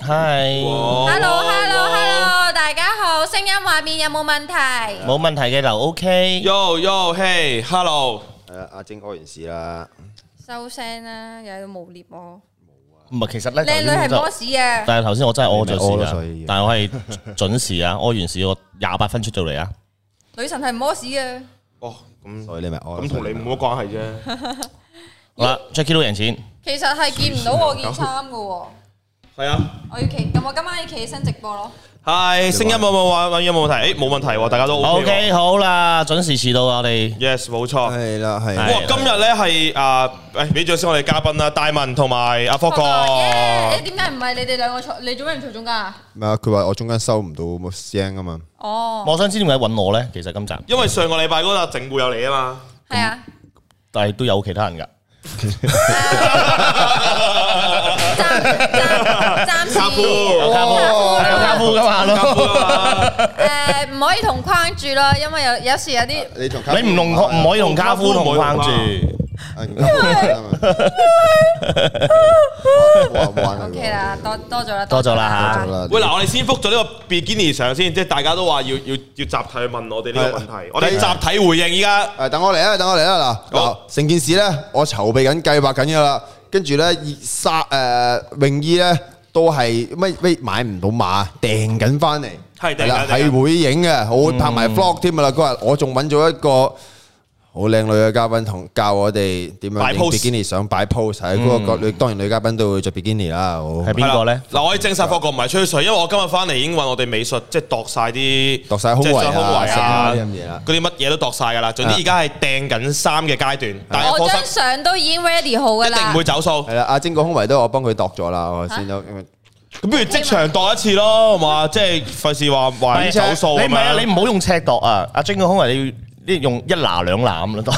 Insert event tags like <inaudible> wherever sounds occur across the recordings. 係 Hello，Hello，Hello，大家好，聲音畫面有冇問題？冇問題嘅，留 OK。 Yo yo hey hello，係啊，阿晶屙完屎啦，收聲啦，又喺度污蔑我。唔係，其實咧，靚女頭係先就摩士啊！但係頭先我真係屙你咪屙咗咯屎所㗎以，但係我係準時啊，屙完屎我廿八分出到嚟啊。女神係摩士啊！哦咁所以你咪屙。咁同你冇乜關係啫，好啦，Jackie 都贏錢，其實係見唔到我件衫噶喎， <laughs> 係啊我要企，咁我今晚要企起身直播咯。係聲音有冇話有冇問題？誒冇問題喎，大家都 O OK 喎 K 好啦，準時遲到啊我哋。 Yes 冇錯。係啦，係哇！今日咧係啊，誒俾掌聲我哋嘉賓啦，大文同埋阿福哥。耶你點解唔係你哋兩個坐？你做咩唔坐中間啊？唔係啊佢話我中間收唔到乜聲啊嘛，哦，我想知點解揾我咧？其實今集，因為上個禮拜嗰個整固有你 <laughs> 啊嘛，係啊，但係都有其他人㗎。暫暫暫時卡夫有卡夫，有卡夫㗎嘛啊咯。啊誒唔可以同框住咯，因為有有時有啲你同你唔同唔可以同卡夫同框住， <laughs> 玩 <laughs> 玩 OK 啦，多多咗啦，多咗啦好啦，喂，嗱，我哋先覆咗呢個 bikini 上先，即係大家都話要要要集體去問我哋呢個問題，我哋集體回應依家。誒，等我嚟啊，等我嚟啦！嗱，好嗱，成件事咧，我籌備緊、計劃緊噶啦，跟住咧，衣衫誒泳衣咧都係乜乜買唔到碼，訂緊翻嚟，係訂緊啦，訂緊係會影嘅，我會拍埋 vlog 添噶啦。嗰日我仲揾咗一個好靚女嘅嘉賓同教我哋點樣擺影 pose bikini 相擺 pose，喺嗰個角女，當然女嘉賓都會着 bikini 啦。好係邊個咧？嗱，我可以證實霍哥唔係吹水，因為我今日翻嚟已經揾我哋美術，即係度晒啲度晒胸即係圍啊胸圍啊，成呢樣嘢啦嗰啲乜嘢都度晒㗎啦。總之而家係訂緊衫嘅階段，但係我放張心，相都已經 ready 好噶一定啦唔會，走數。係啦，阿晶個胸圍都我幫佢度咗啦，我先都。咁不如即場度一次咯，係嘛？即係費事話話人走數你咁唔係啊，你樣。唔好用尺度啊！阿晶嘅胸圍你要你用一拿兩拿咁樣度，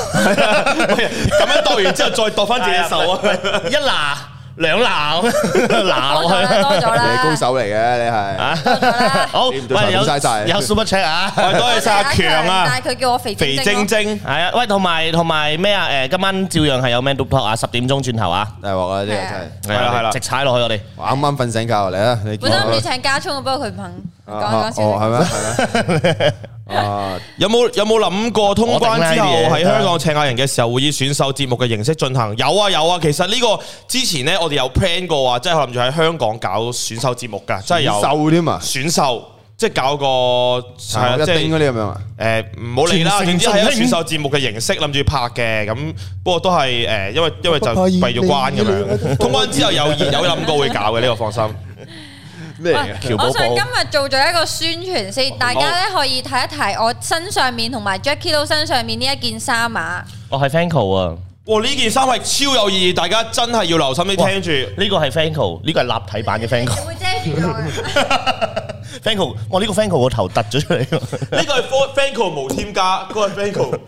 喂 <laughs> 咁樣度完之後再度翻自己嘅手啊！一拿兩拿咁樣拿多落咗啦，去多咗你係高啦。手嚟嘅，你係。啊！啦好，你唔對頭喂有咁嘥晒有 super check <laughs> 啊！喂多謝晒阿強啊但，係佢叫我肥肥晶晶晶晶。係啊，喂，同埋同埋咩啊？誒，今晚照樣係有 man d o talk 啊，十點鐘轉頭啊，大鑊啊！呢個係啊真係係。係啦係啦直踩落去我哋。我啱啱瞓醒覺嚟啊！你咯，本身諗住請加葱嘅，不過佢唔肯。 <laughs> 講講哦係笑，咩係咩？啊，有冇有冇諗過通關之後我頂啦呢啲嘢喺香港請亞人嘅時候會以選秀節目嘅形式進行？有啊有啊，其實呢個之前呢，我哋有 plan 過話，即係諗住喺香港搞選秀節目㗎，真係有瘦添啊！選秀，即係搞個係啊，一即丁嗰係啲咁樣啊！誒唔好理啦，全總城之係一個精英選秀節目嘅形式諗住拍嘅，咁不過都係誒，因為因為就不可以閉咗關咁你樣，通關之後有有諗過會搞嘅呢個放心。咩喬寶我想寶今日做咗一個宣傳先，大家咧可以睇一睇我身上面同埋 Jackie 都身上面呢一件衫啊。我係 Fanco 啊， <laughs> 哇！呢件衫係超有意義，大家真係要留心啲聽住。呢個係 Fanco，呢個係立體版嘅 Fanco。會遮住我啊嘅。 Fanco，我呢個 Fanco 個頭突咗出嚟喎。 <laughs> 呢個係 For- Fanco 無添加，嗰個係 <laughs> Fanco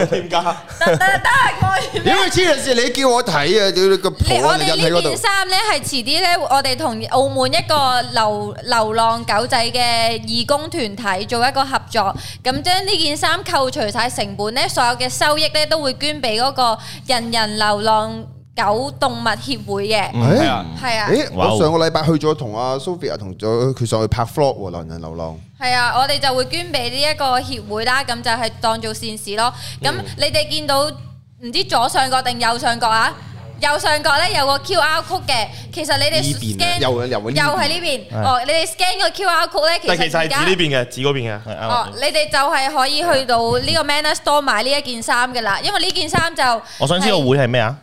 有添加。得得得， <laughs> 我屌你黐線！你叫我睇啊！屌你個你譜我啊！印哋喺呢件嗰度。衫咧係遲啲咧，我哋同澳門一個流流浪狗仔嘅義工團體做一個合作，咁將呢件衫扣除晒成本咧，所有嘅收益咧都會捐俾嗰個人人流浪狗動物協會嘅，係誒啊，係啊，嗯誒，哇我上個禮拜去咗同阿 Sophia 同咗佢上去拍 vlog 喎，狼人流浪。係啊，我哋就會捐俾呢一個協會啦，咁就係當做善事咯。咁嗯你哋見到唔知左上角定右上角啊？右上角咧有個 QR code 嘅，其實你哋呢邊啊 scan 又又會呢邊又係呢邊哦，你哋 scan 個 QR code 咧，但其其實實而係家指呢邊嘅，啊指嗰邊嘅。係哦，啱你哋就係可以去到呢個 Manner Store 買呢一件衫嘅啦，因為呢件衫就我想知道係會係咩啊？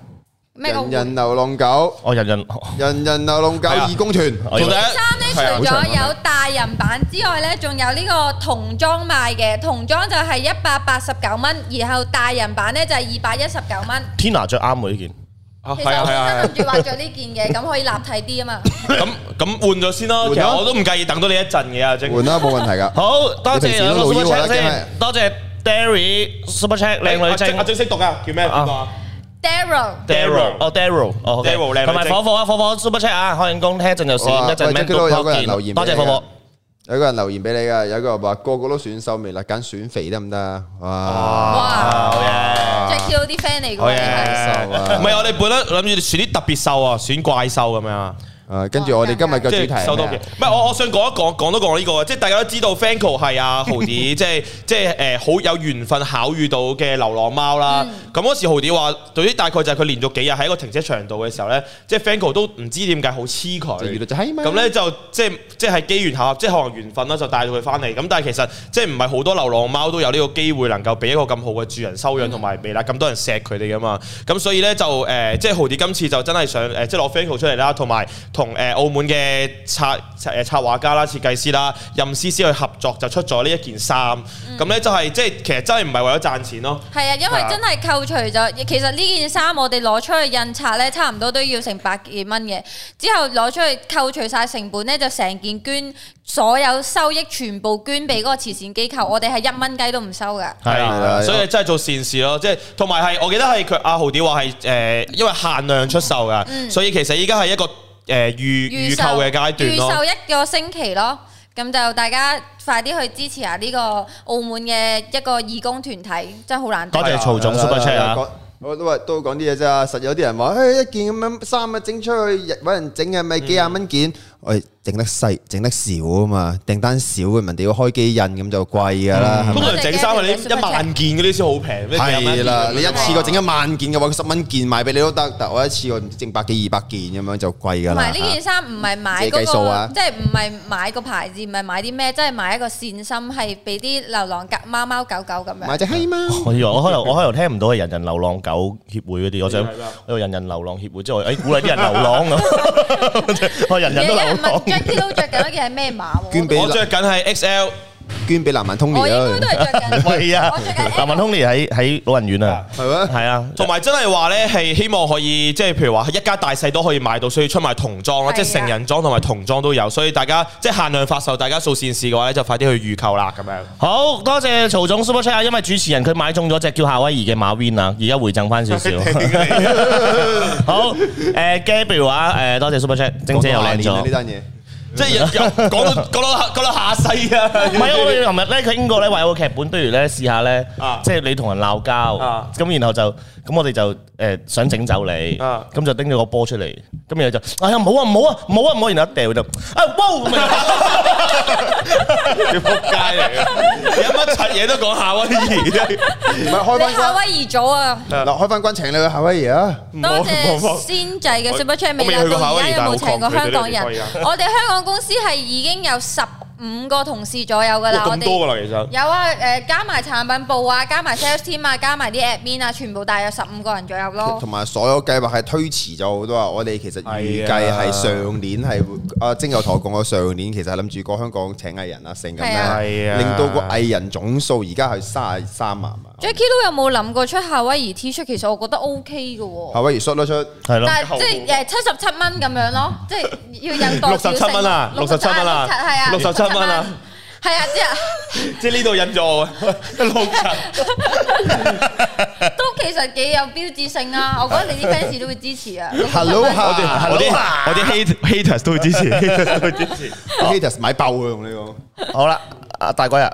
咩個人人流浪狗，我人人人人流浪狗係啊義工團。我到要底衫咧，除係啊咗有大人版之外咧，仲有呢個童裝賣嘅，童裝就係一百八十九蚊，然後大人版咧就係二百一十九蚊。 Tina 着啱喎呢件。啊其係實啊我係啊係啊本身諗住話着呢件嘅，咁可以立體啲啊嘛。咁咁換咗先啦。換啦其實我都唔介意等到你一陣嘅啊，晶。換啦，冇問題㗎。好多謝兩個 super 你平時都老腰啊 check 真先，係多謝 Derry super check 靚女精阿晶識讀啊，叫咩邊個啊 Daryl， Daryl 哦 Daryl，哦 OK Daryl，靚女精同埋火火啊火火 super check 啊，開緊工聽陣就閃，哇一陣喂 man ，Jacky Lou 有個人 talk 留見言多謝俾火你啊火。有個人留言俾你㗎，有個人話個個都選手未啦，揀選肥得唔得啊？哦哇！哇好嘢！ ，Jackie 啲 friend 嚟嘅好喎，呢排瘦啊嘢！唔係我哋本來諗住選啲特別瘦啊，選怪獸咁樣啊。啊，跟住我哋今日嘅主即題係係收到嘅咩啊，唔係我我想講一講，講多講呢個，即係大家都知道 Fanco 係阿 <laughs> 豪子，即係即係誒好有緣分巧遇到嘅流浪貓啦。嗯咁嗰時豪子話，對於大概就係佢連續幾日喺一個停車場度嘅時候咧，即係 Fanco 都唔知點解好黐就遇佢到。就係嘛咁咧就即係即係機緣巧合，即係可能緣分啦，就帶到佢翻嚟。咁但係其實即係唔係好多流浪貓都有呢個機會能夠俾一個咁好嘅主人收養同埋未啦，咁多人錫佢哋噶嘛。咁所以咧就誒、呃即係豪迪今次就真係想誒、呃即係攞 Fanco 出嚟啦，同埋同誒澳門嘅策誒策畫家啦、設計師啦、任思思去合作，就出咗呢一件衫。咁咧、就係即係其實真係唔係為咗賺錢咯。係啊，因為真係扣除咗，其實呢件衫我哋攞出去印刷咧，差唔多都要成百幾蚊嘅。之後攞出去扣除晒成本咧，就成件捐所有收益全部捐俾嗰個慈善機構，我哋係一蚊雞都唔收噶。係係啊，所以真係做善事咯，即係同埋係，我記得係佢阿豪啲話係誒，因為限量出售噶，嗯所以其實依家係一個誒預預購嘅階段預售咯。一個星期咯。咁就大家快啲去支持下呢個澳門嘅一個義工團體，真係好難得多。謝曹總 super chat 啊！講我都話都講啲嘢啫，實有啲人話，誒一件咁樣衫啊，整出去揾人整嘅，咪幾廿蚊件，喂，整得細，整得少啊嘛，訂單少嘅，人哋要開機印咁就貴噶啦，係咪通常整衫係你一萬件嗰啲先好平，咩幾係廿蚊啦，你一件次過整一萬件嘅話，佢十蚊件賣俾你都得，但我一次過唔知整百幾二百件咁樣就貴㗎同啦埋。呢件衫唔係買自己計數嗰啊個，即係唔係買個牌子，唔係買啲咩，即係買一個善心，係俾啲流浪狗、貓貓狗狗咁買樣。隻閪嘛，我以為我開頭我開頭聽唔到係人人流浪狗協會嗰啲，我想你係咩我以為人人流浪協會之外，哎誒鼓勵啲人流浪咁， <laughs> 我人有人都流人浪問。Jackie 都着緊嗰件係咩碼喎？捐俾我着緊係 XL，捐俾南文通我年應該都啦，係着緊。係啊我着緊， <laughs> 南文通年喺喺老人院啊，係咩？係啊，同埋真係話咧係希望可以即係譬如話一家大細都可以買到，所以出埋童裝啦，係啊即係成人裝同埋童裝都有，所以大家即係限量發售，大家做善事嘅話咧就快啲去預購啦咁 <laughs> 樣。好多謝曹總 super chat 啊，因為主持人佢買中咗只叫夏威夷嘅馬 Win 啊，而家回贈翻 <laughs> 少少。 <laughs> 好，誒 Gabriel 啊，誒多謝 super chat，晶姐又靚講到下年啊呢咗。單嘢。即係又講到講到講到下世 <laughs> 啊！ <laughs> 唔係啊！我哋琴日咧，佢英國咧話有個劇本，不如咧試下咧啊，即係你同人鬧交，啊咁然後就咁我哋就誒想整走你，啊咁就拎咗個波出嚟，咁然後就哎呀唔好啊唔好啊唔好啊唔好，然後一掉就啊哇咁樣你仆街嚟嘅，有乜柒嘢都講夏威夷啫。唔係開翻你夏關，威夷組啊！嗱開翻關請你去夏威夷啊！多唔好唔好謝先制嘅 Super Chat，未我未去過夏啦，到而威夷家有冇請過香港但係人？我抗拒我哋香港公司係已經有十五個同事左右噶啦，我咁多哋。噶啦，其實。有啊，誒加埋產品部啊，加埋 sales team 啊，加埋啲 admin 啊，全部大約十五個人左右哦咯同。埋所有計劃係推遲咗好多啊！我哋其實預計係啊係上年係會阿晶有同我講過，上年其實係諗住過香港請藝人啊，成咁係啊係啊咧，令到個藝人總數而家係三十三萬啊！ Jackie 都有冇諗過出夏威夷 T 恤？其實我覺得 OK 嘅夏喎，威夷 short 得出， <laughs> 係咯，但係即係誒七十七蚊咁樣咯，即係要有代表性67蚊啊67蚊啊係啊， 67蚊啊，係啊，即係。即係呢度引咗 <laughs> 我，六七。都其實幾有標誌性啊！我覺得你啲 fans 都會支持啊。 Hello，哋我啲我啲 hate haters 都會支持，haters 都會支持。 haters 買爆佢同你講。 <laughs> 好啦，阿大鬼啊，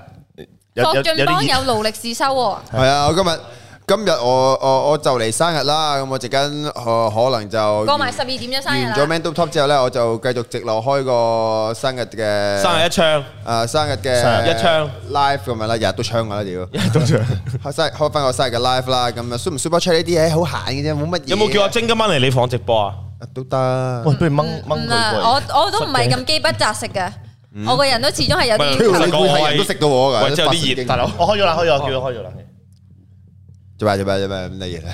有有霍有俊邦啲有勞力士收喎，係啊，我今日今日我我我就嚟生日啦，咁我陣間可可能就過埋十二點就生日完咗啦。 Man Top Top 之後咧，我就繼續直落開個生日嘅生日一槍，誒生日嘅生日一槍 live 咁樣啦，日日都槍噶啦，屌，日日都 <laughs> 槍，開生日開翻個生日嘅 live 啦，咁啊 super 唔 super chat 呢啲嘢好閒嘅啫，冇乜嘢。有冇叫阿晶今晚嚟你房直播啊？啊都得？喂，不如掹掹嗯佢啊，過嚟。我我都唔係咁飢不擇食嘅，我個人都始終係有唔屌係啲。你會係人都食到我㗎，喂，真係有啲熱，大佬。我開咗啦，開咗啦，叫佢開咗啦。做咩做咩做咩咁嘅嘢咧？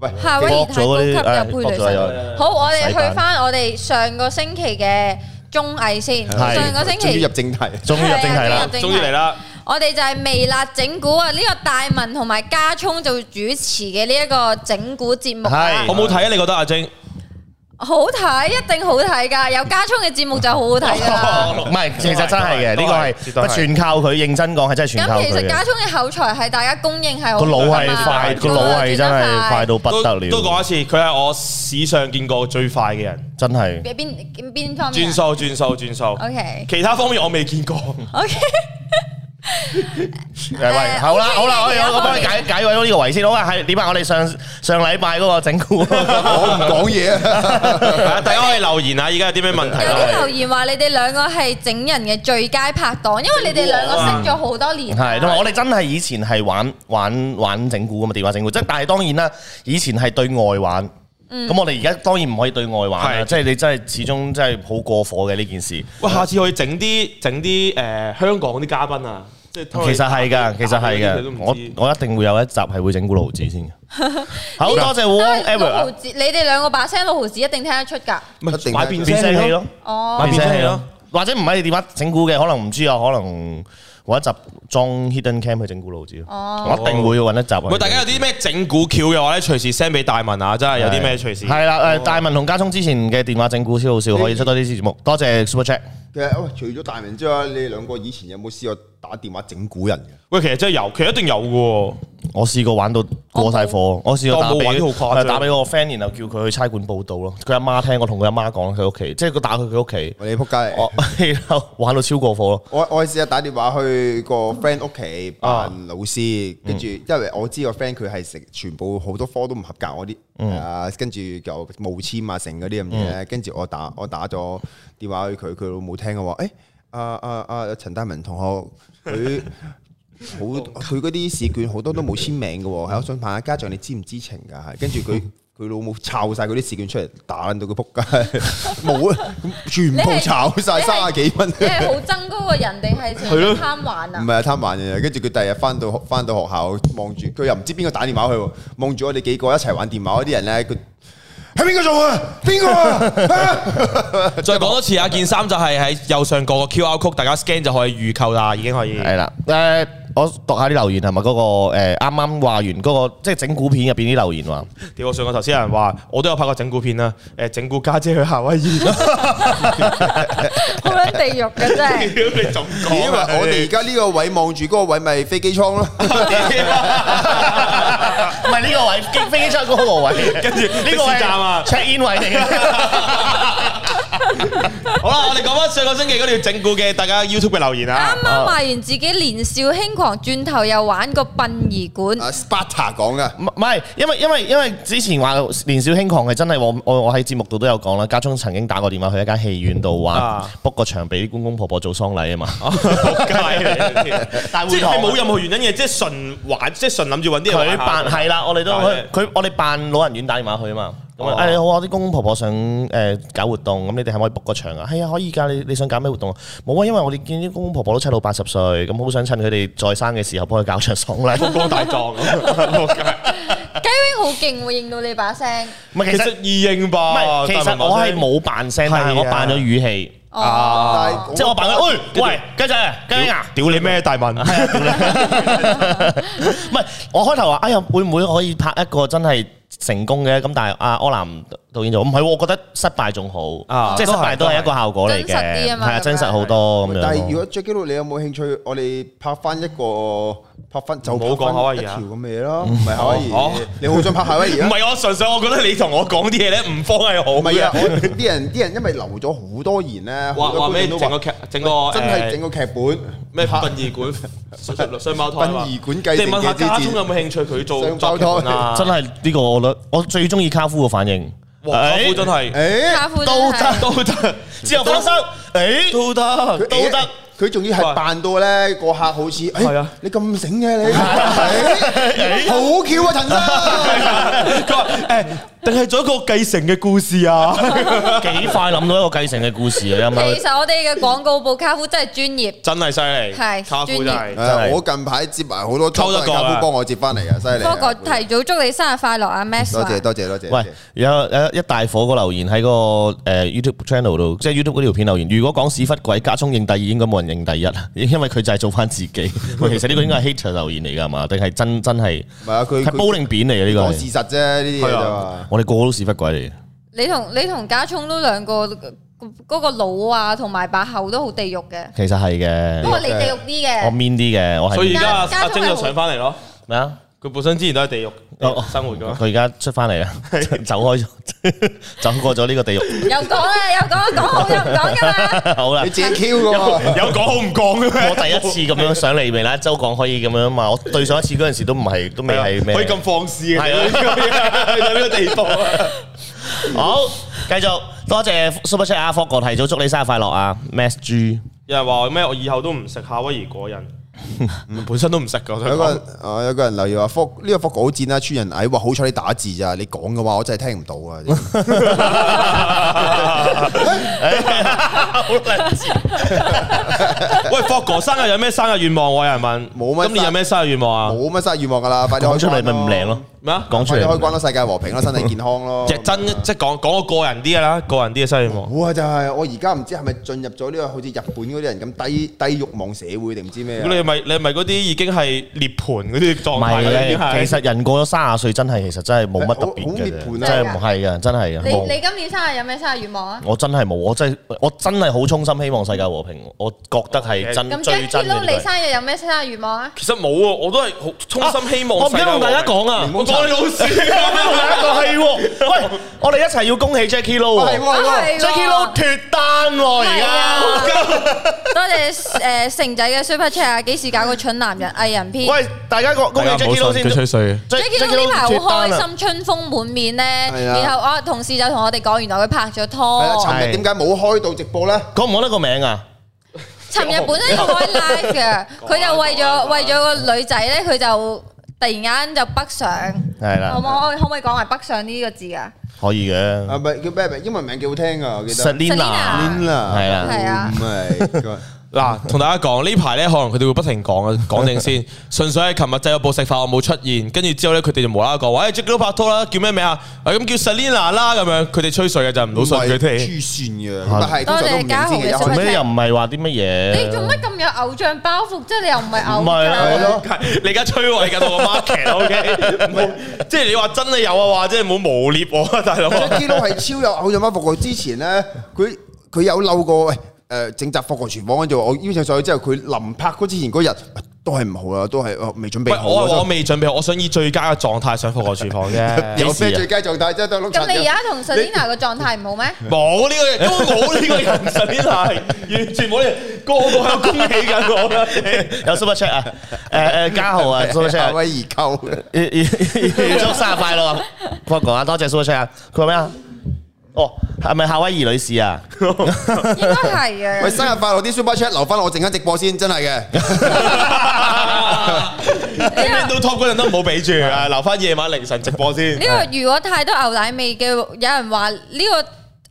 喂，夏威夷太高級有搏咗配嗰對啲性。哎好，我哋洗蛋去翻我哋上個星期嘅綜藝先。係上個星終於期入正題，終於入正題係啊啦入。正終於嚟啦！我哋就係微辣整蠱啊！呢個大文同埋家聰做主持嘅呢一個整蠱節目啊係好。唔好睇啊？你覺得阿晶？好睇，一定好睇噶！有家聰嘅節目就好好 <laughs> 睇噶 <laughs> 啦。唔係，其實真係嘅，都呢係個絕係對唔係係全靠佢，認真講係真係全靠咁佢其實家嘅。聰嘅口才係大家公認係好個腦㗎嘛係快，個腦係真係快。到不都得了。都講一次，佢係我史上見過最快嘅人，真係邊邊邊方轉面啊數轉數轉數。 <laughs> ？OK <laughs> 其他方面我未見過， OK，誒喂，好啦好啦，我我幫你解解位咗呢個圍先，好啊，係點啊？我哋上上禮拜嗰個整蠱， <laughs> 我唔講嘢啊！大家可以留言啊，而家有啲咩問題有啲留啊？言話你哋兩個係整人嘅最佳拍檔，因為你哋兩個識咗好多年。啊係同埋我哋真係以前係玩玩玩整蠱咁嘛，電話整蠱，即係但係當然啦，以前係對外玩。咁我哋而家當然唔可以對外玩啦，係即係你真係始終真係好過火嘅呢件事。喂，下次可以整啲整啲誒香港啲嘉賓啊，即係其實係啊㗎，其實係你都㗎，唔知我我一定會有一集係會整蠱盧子先嘅。好多謝但 Wong 係六 Ever 啊毫子，你哋兩個把聲六毫子一定聽得出㗎。一定買變變聲器器咯咯，，哦買，變聲變聲器器咯咯，或者唔係你電話整蠱嘅，可能唔知啊，可能揾一集裝 hidden cam 去整蠱盧子。哦我一定會揾一集啊。唔係大家有啲咩整蠱橋嘅話咧，隨時 send 俾大文啊，真係有啲咩隨時。係啦，誒大文同家聰之前嘅電話整蠱超好笑，可以出多啲節目。多謝 Super Chat。其實喂，除咗大明之外，你哋兩個以前有冇試過打電話整蠱人嘅？喂，其實真係有，其實一定有嘅喎。我試過玩到過晒火，我試過打當冇俾玩好誇張打俾我個 friend，然後叫佢去差館報到咯。佢阿媽聽，我同佢阿媽講佢屋企，即係佢打去佢屋企，喂，你仆街嚟！我 <laughs> 然後玩到超過火咯。我我試下打電話去個嗯 friend 屋企扮老啊師，跟住因為我知個 friend 佢係成全部好多科都唔合格嗰嗯啲，啊跟住就冒簽啊成嗰啲咁嘢，跟住我打我打咗電話去佢，佢老母聽我話，誒啊啊啊陳大文同學佢。 <laughs> 好，佢嗰啲試卷好多都冇簽名嘅喎，嗯係我想問下家長你知唔知情㗎？係跟住 <laughs> 佢佢老母抄晒嗰啲試卷出嚟，打撚到佢仆街，冇啊，全部抄晒你係三十幾蚊。你係好憎嗰個人定係係咯純粹貪玩唔啊？係啊，貪玩嘅，跟住佢第日翻到翻到學校望住，佢又唔知邊個打電話去喎，望住我哋幾個一齊玩電話嗰啲人咧，佢係邊個做啊？邊個啊？ <laughs> 再講多次啊，件衫就係喺右上角個 QR code，大家 scan 就可以預購啦，已經可以。係啦，誒，我讀下啲留言係咪嗰個誒啱啱話完嗰個即係整蠱片入邊啲留言 <laughs> 話，屌，我上個頭先有人話，我都有拍過整蠱片啦，誒整蠱家姐去夏威夷，屌好撚地獄嘅 <laughs> 真係。你仲講啊？因為 <laughs> 我哋而家呢個位望住嗰個位咪飛機 <laughs> 艙咯，唔係呢個位 <laughs> 機飛機出嗰個位，跟住呢個的士站啊 check in 位嚟 <laughs> 嘅。 <laughs> 好啦，我哋講翻上個星期嗰條整蠱嘅大家 YouTube 嘅留言啊啱，啱話完自己年少輕狂，轉頭又玩個殯儀館。啊 Sparta 講噶，唔唔係，因為因為因為之前話年少輕狂係真係我我我喺節目度都有講啦，家聰曾經打過電話去一間戲院度玩啊 book 個場俾公公婆婆做喪禮啊嘛， <laughs> 仆街嚟，大即會堂係冇任何原因嘅，即係純玩，即係純諗住揾啲佢人扮 <laughs> 玩下。係啦，我哋都但係佢我哋扮老人院打電話去啊嘛。咁哦啊，誒你好啊，啲公公婆婆想誒搞活動，咁你哋係咪可以 book 個場啊？係啊，可以㗎。你你想搞咩活動啊？冇啊，因為我哋見啲公公婆婆都七老八十歲，咁好想趁佢哋在生嘅時候幫佢搞場喪禮。光大狀，仆街雞 wing 好勁喎，認到你把聲。唔係，其其實實易認唔吧？係，其大實文把我係聲冇扮聲，但係係啊我扮咗語氣，哦，但係即係我扮咗，喂喂，雞仔，雞啊！屌你咩大文？唔係，我開頭話，哎呀，會唔會可以拍一個真係成功嘅？咁但係阿柯南導演就話唔係喎，我覺得失敗仲好，啊即係失敗都係一個效果嚟嘅，真實啲啊嘛係啊，咁樣真實好多咁樣。但係如果 Jacky Lou，你有冇興趣？我哋拍翻一個拍翻就唔好講拍返夏威夷一啊條咁嘅嘢咯，唔係夏威哦夷哦，你好想拍夏威 <laughs> 夷唔啊？係我純粹，我覺得你同我講啲嘢咧唔方係好唔係嘅 <laughs> 啊，。我啲人啲人因為留咗好多言咧，話好話多觀咩眾都整個劇整個真係整誒個劇本。咩殯儀館雙雙胞胎啊嘛殯儀館繼承你問下嘅之家戰聰有冇興趣佢做雙胞作劇胎本啊？真係呢個我覺得我最中意卡夫嘅反應， <laughs> 哇！家聰真係誒，卡夫都真係得都 <laughs> 得，之後放生，誒都得，佢都得。佢仲要係扮到咧，個客好似，係誒啊，你咁醒嘅你，啊誒 <laughs> 好巧啊，陳生，佢話誒，定係做一個繼承嘅故事啊？幾快諗到一個繼承嘅故事啊！啱其啱實我哋嘅廣告部卡夫真係專業。 <laughs> 真係犀利，係卡 <laughs> 夫真專係。係誒我近排接埋好多溝得 job，過啊家夫幫我接翻嚟嘅，犀利啊。不過提早祝你生日快樂啊，Max 多話謝多謝多謝。喂，有有一大火個留言喺個誒 YouTube channel 度，即係 YouTube 嗰條片留言。如果講屎忽鬼，家聰認第二應該冇人認第一，因為佢就係做翻自己。喂，其實呢個應該係 hater 留言嚟㗎係嘛？定係真真係？唔係啊，係佢佢煲定扁嚟嘅呢個講係事，實啫，呢啲嘢係就啊話我哋個個都屎忽鬼嚟。你同你同家聰都兩個嗰個腦啊，同埋把口都好地獄嘅。其實係不過嘅，你地獄啲我嘅，面啲嘅，我所以係而家阿家阿聰係晶就上翻嚟咯，咩啊？佢本身之前都喺地獄生活噶佢。而家出翻嚟啦， <laughs> 走開咗，走過咗呢個地獄。 <laughs> 又講啦，又講，講好又唔講噶啦。好啦你，自己 Q 嘅喎， <laughs> 有講好唔講嘅我第一次咁樣上嚟未啦？周講可以咁樣嘛？我對上一次嗰陣時都唔係，都未係咩？啊可以咁放肆嘅，係啊有呢個 <laughs> 地步啊！好，繼續多謝 Super Chat 阿霍哥提早祝你生日快樂啊，Max G。 <laughs> 有人話咩？我以後都唔食夏威夷果仁，本身都唔食噶。有有 <laughs> 個人啊有個人留言話福呢個福稿戰啦，村啊人矮，哇好彩你打字咋，你講嘅話我真係聽唔 <laughs> 到啊！喂，霍哥生日有咩生日願望？啊我有人問，冇咁乜你有咩生日願望啊？冇乜生日願望噶啦，快啲講開出嚟關咪唔靚咯，咩啊？講出快嚟啲開關咯，世界和平咯，身體健康咯。即係真即係講講個個人啲嘅啦，個人啲嘅生日願望。哇！就係我而家唔知係咪進入咗呢個好似日本嗰啲人咁低低慾望社會定唔知咩啊咁你係咪你係咪嗰啲已經係涅槃嗰啲唔狀態係啦已經嘅，係其實人過咗三十歲真係其實真係冇乜特別好好嘅涅槃啫，啊真係唔係嘅，真係嘅。你你冇今年生日有咩生日願望啊？我真係冇，我真係我真係好衷心希望世界和平，我覺得係真咁嗯最 Jackie 真嘅 Lou，呢個你係。生日有咩生日願望啊？其實冇啊，我都係好衷心希望。我唔記得同大家講啊我講你老鼠，係喎，喂，我哋一齊要恭喜 Jackie Lou 喎係喎係係喎喎哦，Jackie Lou 脱單喎，而係家啊。 <laughs> 多謝誒成仔嘅 Super Chat 啊！幾時搞個蠢男人藝人篇喂，大家恭恭喜 Jackie Lou 先吹水。 ？Jackie Lou 呢排好脱單開啊心，春風滿面咧。係啊然後我同事就同我哋講，原來佢拍咗係啊啦，拖。尋日點解冇開到直播咧？講唔講得個名啊？尋日本身要開 live <laughs> 嘅，佢就為咗為咗個女仔咧，佢就突然間就北上。係啊可唔啦，可可唔可以講埋北上呢個字啊？可以嘅啊，咪叫咩名？英文名幾好聽噶，我記得。 ，Selina Selina。 Lin 啦，係啊係啊唔係。 <laughs> <laughs> 嗱，同大家講呢排咧，可能佢哋會不停講啊， <laughs> 講定先。純粹係琴日製咗部食飯，我冇出現，跟住之後咧，佢哋就無啦啦講，喂 j a c k 拍拖啦，叫咩名啊？啊咁叫 Selina 啦，咁樣，佢哋吹水嘅就唔好信佢哋。 <laughs> 黐線嘅，但係通常都唔認知嘅。多一開謝嘉豪嘅始咩又唔係話啲乜嘢？你做乜咁有偶像包袱？即係你又唔係唔偶係啊係像。咯，你而家摧毀緊我個 market，OK？唔係 <laughs> 即係你話真係有啊，話即係冇污蔑我 <laughs> 啊，大佬。基佬係超有偶像包袱過。之前咧，佢佢有嬲過喂誒整集《霍國廚房》嗰度，我邀請上去之後，佢臨拍嗰之前嗰日都係唔好啦，都係哦未準喂備，好我我啊。未準備好，我想以最佳嘅狀態上復我廚房啫。 <laughs> 有幾時啊咩最佳狀態啫？都係碌咁柒你而嘅。家同 Selina 個狀態唔好咩？冇呢個人，根本冇呢個人，Selina 係完全冇呢個人，個個喺度恭喜緊我啦。有 super chat <laughs> 啊，誒誒嘉豪 <laughs> 啊，super <laughs> 夏 chat，威夷溝預預祝生日快樂啊！我講啊，多謝 super chat 啊，佢話咩啊？哦，係咪夏威夷女士啊？應該係嘅。喂，生日快樂啲 super chat 留翻我陣間直播先，真 <laughs> 係嘅。聽到 top 嗰陣都唔好俾住啊，留翻夜晚凌晨直播先。呢個如果太多牛奶味嘅，有人話呢個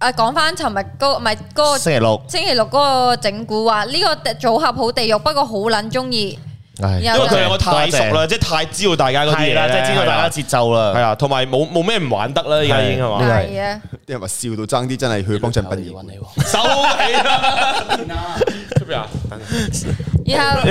啊講翻尋日嗰唔係嗰個星期六，星期六嗰個整蠱話呢個組合好地獄，不過好撚中意。唉因因為佢多謝兩個太熟啦，即係太知道大家係嗰啲啊嘢啦，啦，即係知道大家節奏係啦。啊，同埋冇冇咩唔玩得啦，而家已經係 <laughs> 嘛，係係啊，啲人話笑到爭啲，真係去幫襯殯 <laughs> 儀。收起啦。出邊啊？然後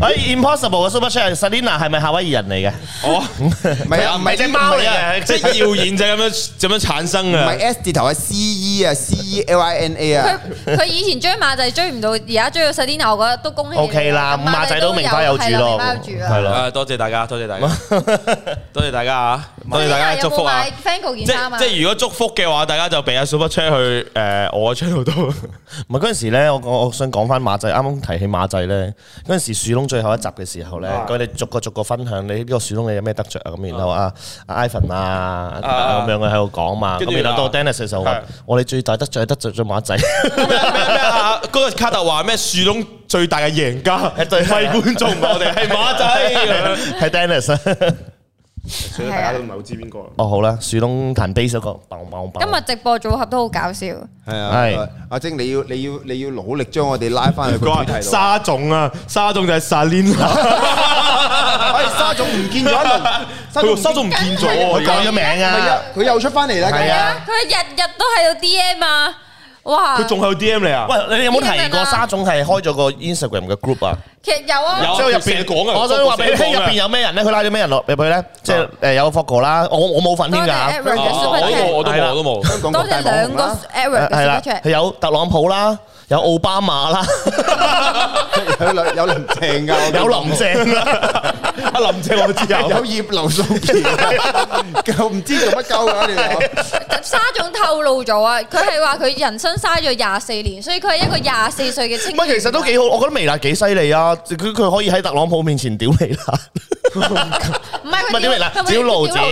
哎，impossible 嘅 super chat，Selina 係咪夏威夷人嚟啊嘅？哦，唔係啊，唔係隻貓嚟嘅，即係謠言就係咁樣咁樣產生啊唔嘅係。S 字頭係 C E 啊，C E L I N A 佢啊。佢以前追馬仔追唔到，而家追到 Selina，我覺得都恭喜你。 OK 啦咁馬仔都名花有主咯係啦名花有主啊係啦啊，多謝大家，多謝大 <laughs> 家，多謝大家啊，多謝大 Selina 家有祝冇福啊買！Fango 件即衫啊？即係如果祝福嘅話，大家就俾阿 Super Chat 去誒我嘅 channel 度。唔係嗰陣時咧，我我我想講翻馬仔，啱啱提起馬仔咧，嗰陣時樹窿最後一集嘅時候咧，啊佢哋逐個逐個分享你呢個樹窿你有咩得着啊咁，然後啊阿 Ivan 啊啊咁樣佢喺度講嘛，跟住咁然後到啊 Dennis 嘅時候話係，我哋最大得着係得着咗馬 <laughs> 仔，咩咩咩啊！嗰個卡特話咩樹窿最大嘅贏家 <laughs> 係對唔係觀眾，唔係我哋係馬 <laughs> 仔。係 Dennis 啊。所以大家都唔係好知邊個。哦好啦，樹窿彈 bass 嗰個，砰砰砰今日直播組合都好搞笑。係係啊，阿晶，你要你要你要努力將我哋拉翻去個佢主題話度。沙總啊，沙總就係 <laughs> Salina。哎，沙總唔見咗佢一輪，話沙 <laughs> 沙總總唔唔見見咗我喎，講咗名係啊啊，，佢又出翻嚟啦。係啊佢日日都喺度 D M 啊！哇！佢仲有 DM 你啊？喂你哋有冇提過沙總係開咗個 Instagram 嘅 group 啊？其實有啊，有即係入成日邊講啊我想話俾你成聽，日講入啊邊有咩人咧？佢拉咗咩人落入去咧？即係誒有 Fogo 啦，我我冇份多添謝㗎。 Edward 嘅 Super 啊我都冇，我 Chat，都係啦冇，我都冇。香港多各大謝網紅兩個啦， Edward 係嘅啦 Super，Chat。佢有特朗普啦，有奧 <laughs> 巴馬啦，有兩有林鄭 <laughs> 㗎，有林鄭啦，阿林姐我知有。有葉 <laughs> 劉素橋，又唔知做乜鳩嘅呢條沙總透露咗啊，佢係話佢人生嘥咗廿四年，所以佢係一個廿四歲嘅 <laughs> 青唔係，其實都幾好，我覺得微辣幾犀利啊！佢佢可以喺特朗普面前屌微辣，唔係唔係佢點嚟啦屌路子屌路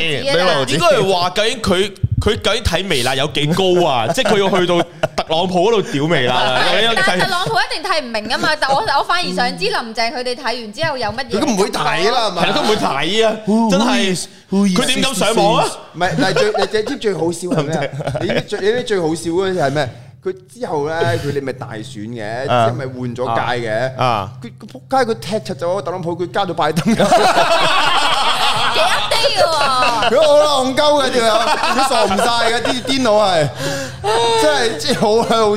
子應該係話究竟佢佢究竟睇微辣有幾高啊？即係佢要去到特朗普嗰度屌微辣啦， <laughs> 究竟有但係幾特朗普一定睇唔明啊嘛！但我我反而想知林鄭佢哋睇完之後有乜嘢？佢都唔會睇啦，係係咪？啦，都唔會睇啊！真係 Who is- who is 佢點敢上網啊？唔係，但係最你知唔知最好笑係咩啊？你知唔知最你知唔知最好笑嗰陣時係咩？佢之後咧，佢哋咪大選嘅，即啊係咪換咗屆嘅？啊佢佢仆街，佢踢出咗特朗普，佢加咗拜登。幾 update 喎？ <laughs> 佢好戇鳩嘅條友，佢傻唔晒嘅，啲癲佬係，真係真係好閪好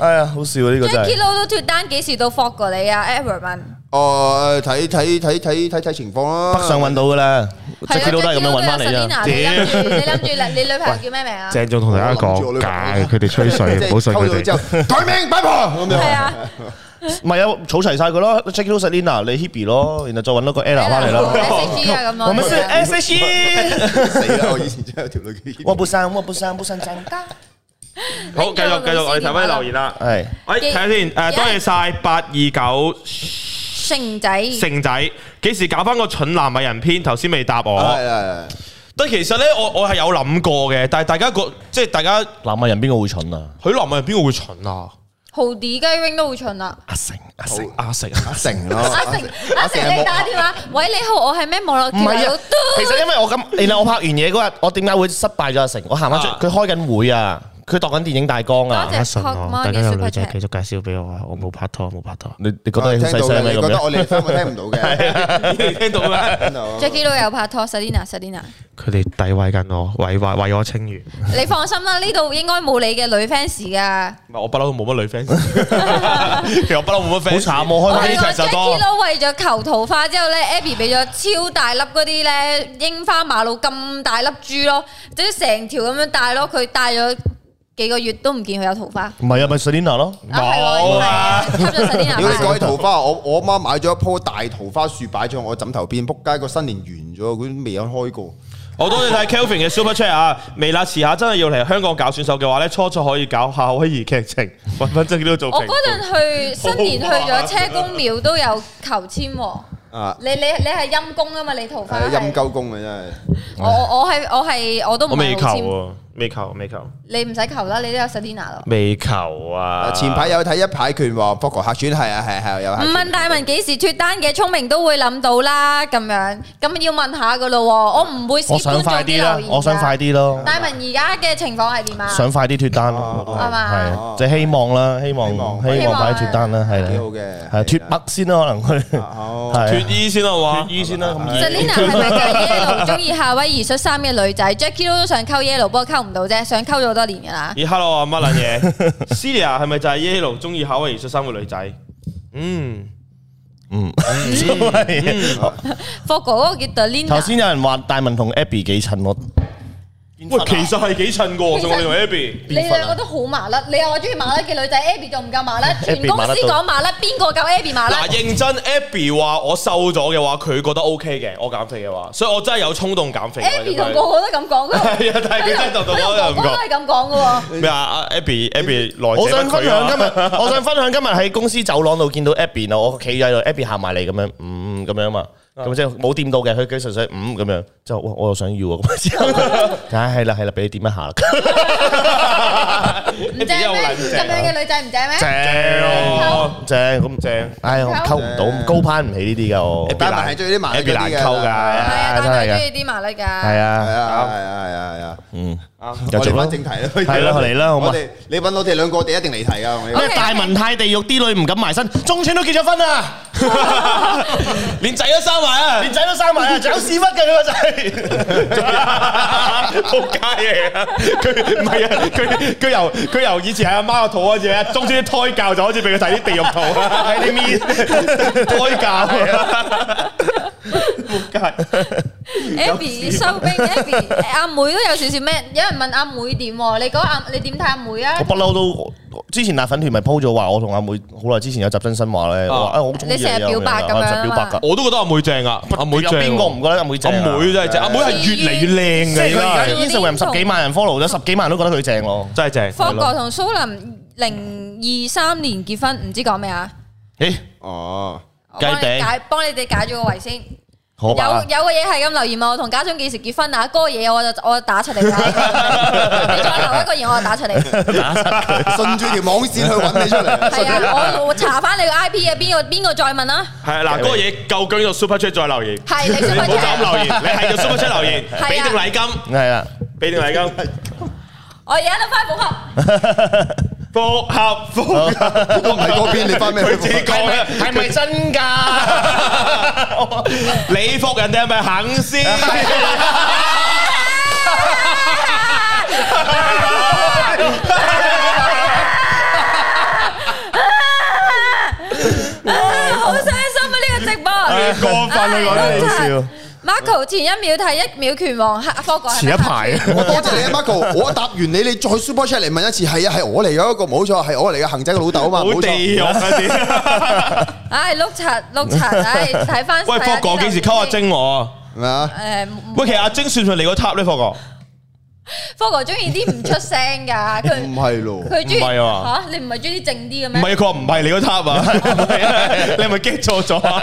<laughs> 哎呀，好笑啊！呢個真 Jackie 係 Lou 都脱單，幾時到 f o 過你啊？Edward à, 問，哦，睇睇睇睇睇睇情況啦。北上揾到噶啦，Jackie 都係咁樣揾翻嚟啫。你諗住你諗住你女朋友叫咩名啊？鄭仲同大家講假嘅，佢哋吹水，唔好信佢即係溝到 <laughs> 之哋後。改名擺婆咁樣。係啊，唔係啊，儲齊晒佢咯，Jackie 都 Selina，你 Hebe 咯，然後再揾多個 Ella 翻嚟啦。 S G 啊咁咯。我們是 S H E，死啦！我以前真係有條女叫我不生，我不生，不生真。 <laughs> 好，繼續繼續，我哋睇翻啲留言啦。係喂，睇下先，誒，多謝晒八二九盛仔，盛仔，幾時搞翻個蠢男藝人篇？頭先未答我。係啊，但其實咧，我我係有諗過嘅，但係大家覺即係大家南亞人邊個會蠢啊？許男藝人邊個會蠢啊？豪啲雞 wing 都好蠢啊！阿成，阿成，阿成阿成咯，阿成阿成你打電話，喂你好，我係咩網絡唔電話係佬啊，其實因為我咁，然後我拍完嘢嗰日，我點解會失敗咗阿成？我行翻出，啊佢開緊會啊，佢度緊電影大綱啊多。謝信 Pop 我， Mon 大家嘅有 Super 女仔 Chat 繼。續介紹俾我啊！我冇拍拖，冇拍拖。你你覺得你好聽細到聲嘅咩你咁覺得樣？我哋三個聽唔到嘅。聽到 <laughs> 咩？聽到 Jackie 都有拍拖，Selina Selina，佢哋詆毀緊我，毀壞毀我清譽。你放心啦，呢度應該冇你嘅女 fans 噶。唔係我不嬲都冇乜女 <laughs> fans，其實我不嬲冇乜 fans。好慘喎開我翻哋呢個啊場就啊 Jackie 多。都為咗求桃花之後咧，Abby 俾咗超大粒嗰啲咧櫻花馬路咁大粒珠咯，即係成條咁樣戴咯，佢戴咗幾個月都唔見佢有桃花。唔係啊，咪 Selina 咯。啊係喎，啊，吸咗 Selina 屌你講花起桃花，我我媽買咗一棵大桃花樹擺咗我枕頭邊，仆街個新年完咗，佢都未有開過。我多謝晒 Kelvin 嘅 Super Chat 啊！微辣遲下真係要嚟香港搞選手嘅話咧，初初可以搞夏威夷劇情，揾翻真都做我評嗰陣去新年去咗車公廟都有求籤喎。啊，你你你係陰公啊嘛，你桃花係係陰鳩公啊，真我我我係我係我都唔我未係求好籤，啊，未求，未求，你唔使求啦，你都有 Selina 咯。未求啊！係。前排有睇一排拳王博國客串，係啊係啊係啊有客唔問串。大文幾時脱單嘅，聰明都會諗到啦，咁樣咁要問下噶咯喎，我唔會我 skip 想快啲啦觀眾留言，㗎啊我想快。啲咯，大文而家嘅情況係點啊？想快啲脱單咯，哦係係嘛啊即係希望啦，希望希望希希望望快啲脱單啦，係啦，幾好嘅係啊脱北先啦，可能佢係 Ờ, 好脱啊衣先啦，好嘛脱？衣先啦，咁易 Selina 係咪就 <laughs> 係 yellow 中意夏威夷恤衫嘅女仔？Jackie Lou 都想溝 yellow，不過溝唔到啫，想溝咗好多年㗎啦。咦，hello 啊，乜撚嘢 <laughs> ？Celia 係咪就係 Yellow 中意夏威夷恤衫嘅女仔？嗯， <laughs> 霍哥嗰個叫 Delina，頭先有人話大文同 Abby 幾襯我，喂，其實係幾襯過，仲我哋同 Abby。你兩個都好麻甩，你又話中意麻甩嘅女仔，Abby 仲唔夠麻甩？全公司講麻甩，邊個夠 Abby 麻嗱，甩？認真 Abby 話我瘦咗嘅話，佢覺得 OK 嘅，我減肥嘅話，所以我真係有衝動減肥嘅。 Abby 同個個都咁 <laughs> 講㗎喎，係啊，但係佢真係就到佢我同又唔 <laughs> 哥哥都覺係咁講㗎喎。咩啊？Abby Abby 來嗯我者想不分拒享今日 <laughs> <laughs> 啊！，我想分享今日喺公司走廊度見到 Abby 啊，我企喺度，Abby 行埋嚟咁樣，嗯咁樣嘛，咁即係冇掂到嘅，佢佢純粹嗯咁樣，就哇我又想要啊咁， <laughs> 唉係啦係啦，俾你掂一下啦，唔正咩？啊咁樣嘅女仔唔正咩？正正咁正，唉我溝唔到，高攀唔起呢啲噶我，大文係中意啲麻甩 Abby 嗰難啲嘅，溝㗎係係啊，啊但真係係㗎中意啲麻甩㗎。係係啊，啊係啊係啊係啊。嗯。啊繼續我哋啦翻正題啦，係啦嚟啦好嘛我哋你揾我哋兩個，我哋一定離題噶。我哋咩大文泰地獄啲女唔敢埋身，中村都結咗婚啦，連仔都生埋啊！連仔都生埋啊，仲有屎忽嘅佢個仔。 <laughs> 仆街嚟啊！佢唔係啊，佢佢由佢由以前喺阿媽個肚開始咧，中之啲胎 <laughs> 教就開始俾佢睇啲地獄圖啊，睇啲咩胎教啊。 Abby 收兵，Abby 阿妹都有少少咩？有人問阿妹點喎？你講阿你點睇阿妹啊我？不嬲都之前奶粉團咪 po 咗話，我同阿妹好耐之前有集真心話咧，啊我話啊我好中意你成日表白咁樣啊嘛我成日表白㗎。我都覺得阿妹正啊，阿妹有正喎。邊個唔覺得阿妹 à? 正啊？阿妹真係啊正，阿妹係越嚟越靚即係佢嘅而而家家， Instagram 十幾萬人 follow 咗，十幾萬人都覺得佢正咯。真係正。霍係咯國同蘇林零二三年結婚，唔知講咩啊？咦，哦，我幫你雞餅解，幫你哋解咗個圍先。可白有啊！有嘅嘢係咁留言問我同家長幾時結婚啊？嗰個嘢我就我就打出嚟啦。你再留一個言我就打出嚟。順住條網線去揾你出嚟。 <laughs> 係啊，我我查翻你個 I P 嘅邊個邊個再問啦。係嗱，嗰個嘢究竟就 Super Chat 再留言，係你你 super 唔好就咁 chat，à. 留言，你係就 Super Chat 留言係，啊俾定禮金，係啊，俾定禮金，我而家都翻補合。復合復合都唔係嗰邊，你翻咩？佢自己講嘅。係咪真 <laughs> 㗎？你服人哋係咪肯先？啊好傷心啊！呢個直播 Ờ. 過分啊講得你笑。哎 Marco 前一秒睇一秒拳王，黑科哥係咪前一排啊我多 <laughs> 謝你啊，Marco。我答完你，你再 super chat 嚟問一次，係啊，係我嚟嘅一個，冇錯，係我嚟嘅，恒仔嘅老豆啊嘛，好冇錯。地獄啊！唉，碌柒碌柒，唉， <laughs> 睇翻。屌喂，霍哥幾時溝阿？晶我啊？係咪啊？誒，喂，其實阿晶算唔算你個 top 咧？霍哥，科哥中意啲唔出聲㗎，唔佢係咯，佢中意唔係啊嚇，你唔係中意靜啲嘅唔咩？係佢話唔係你個 top 啊？ <laughs> 你係咪激錯咗啊？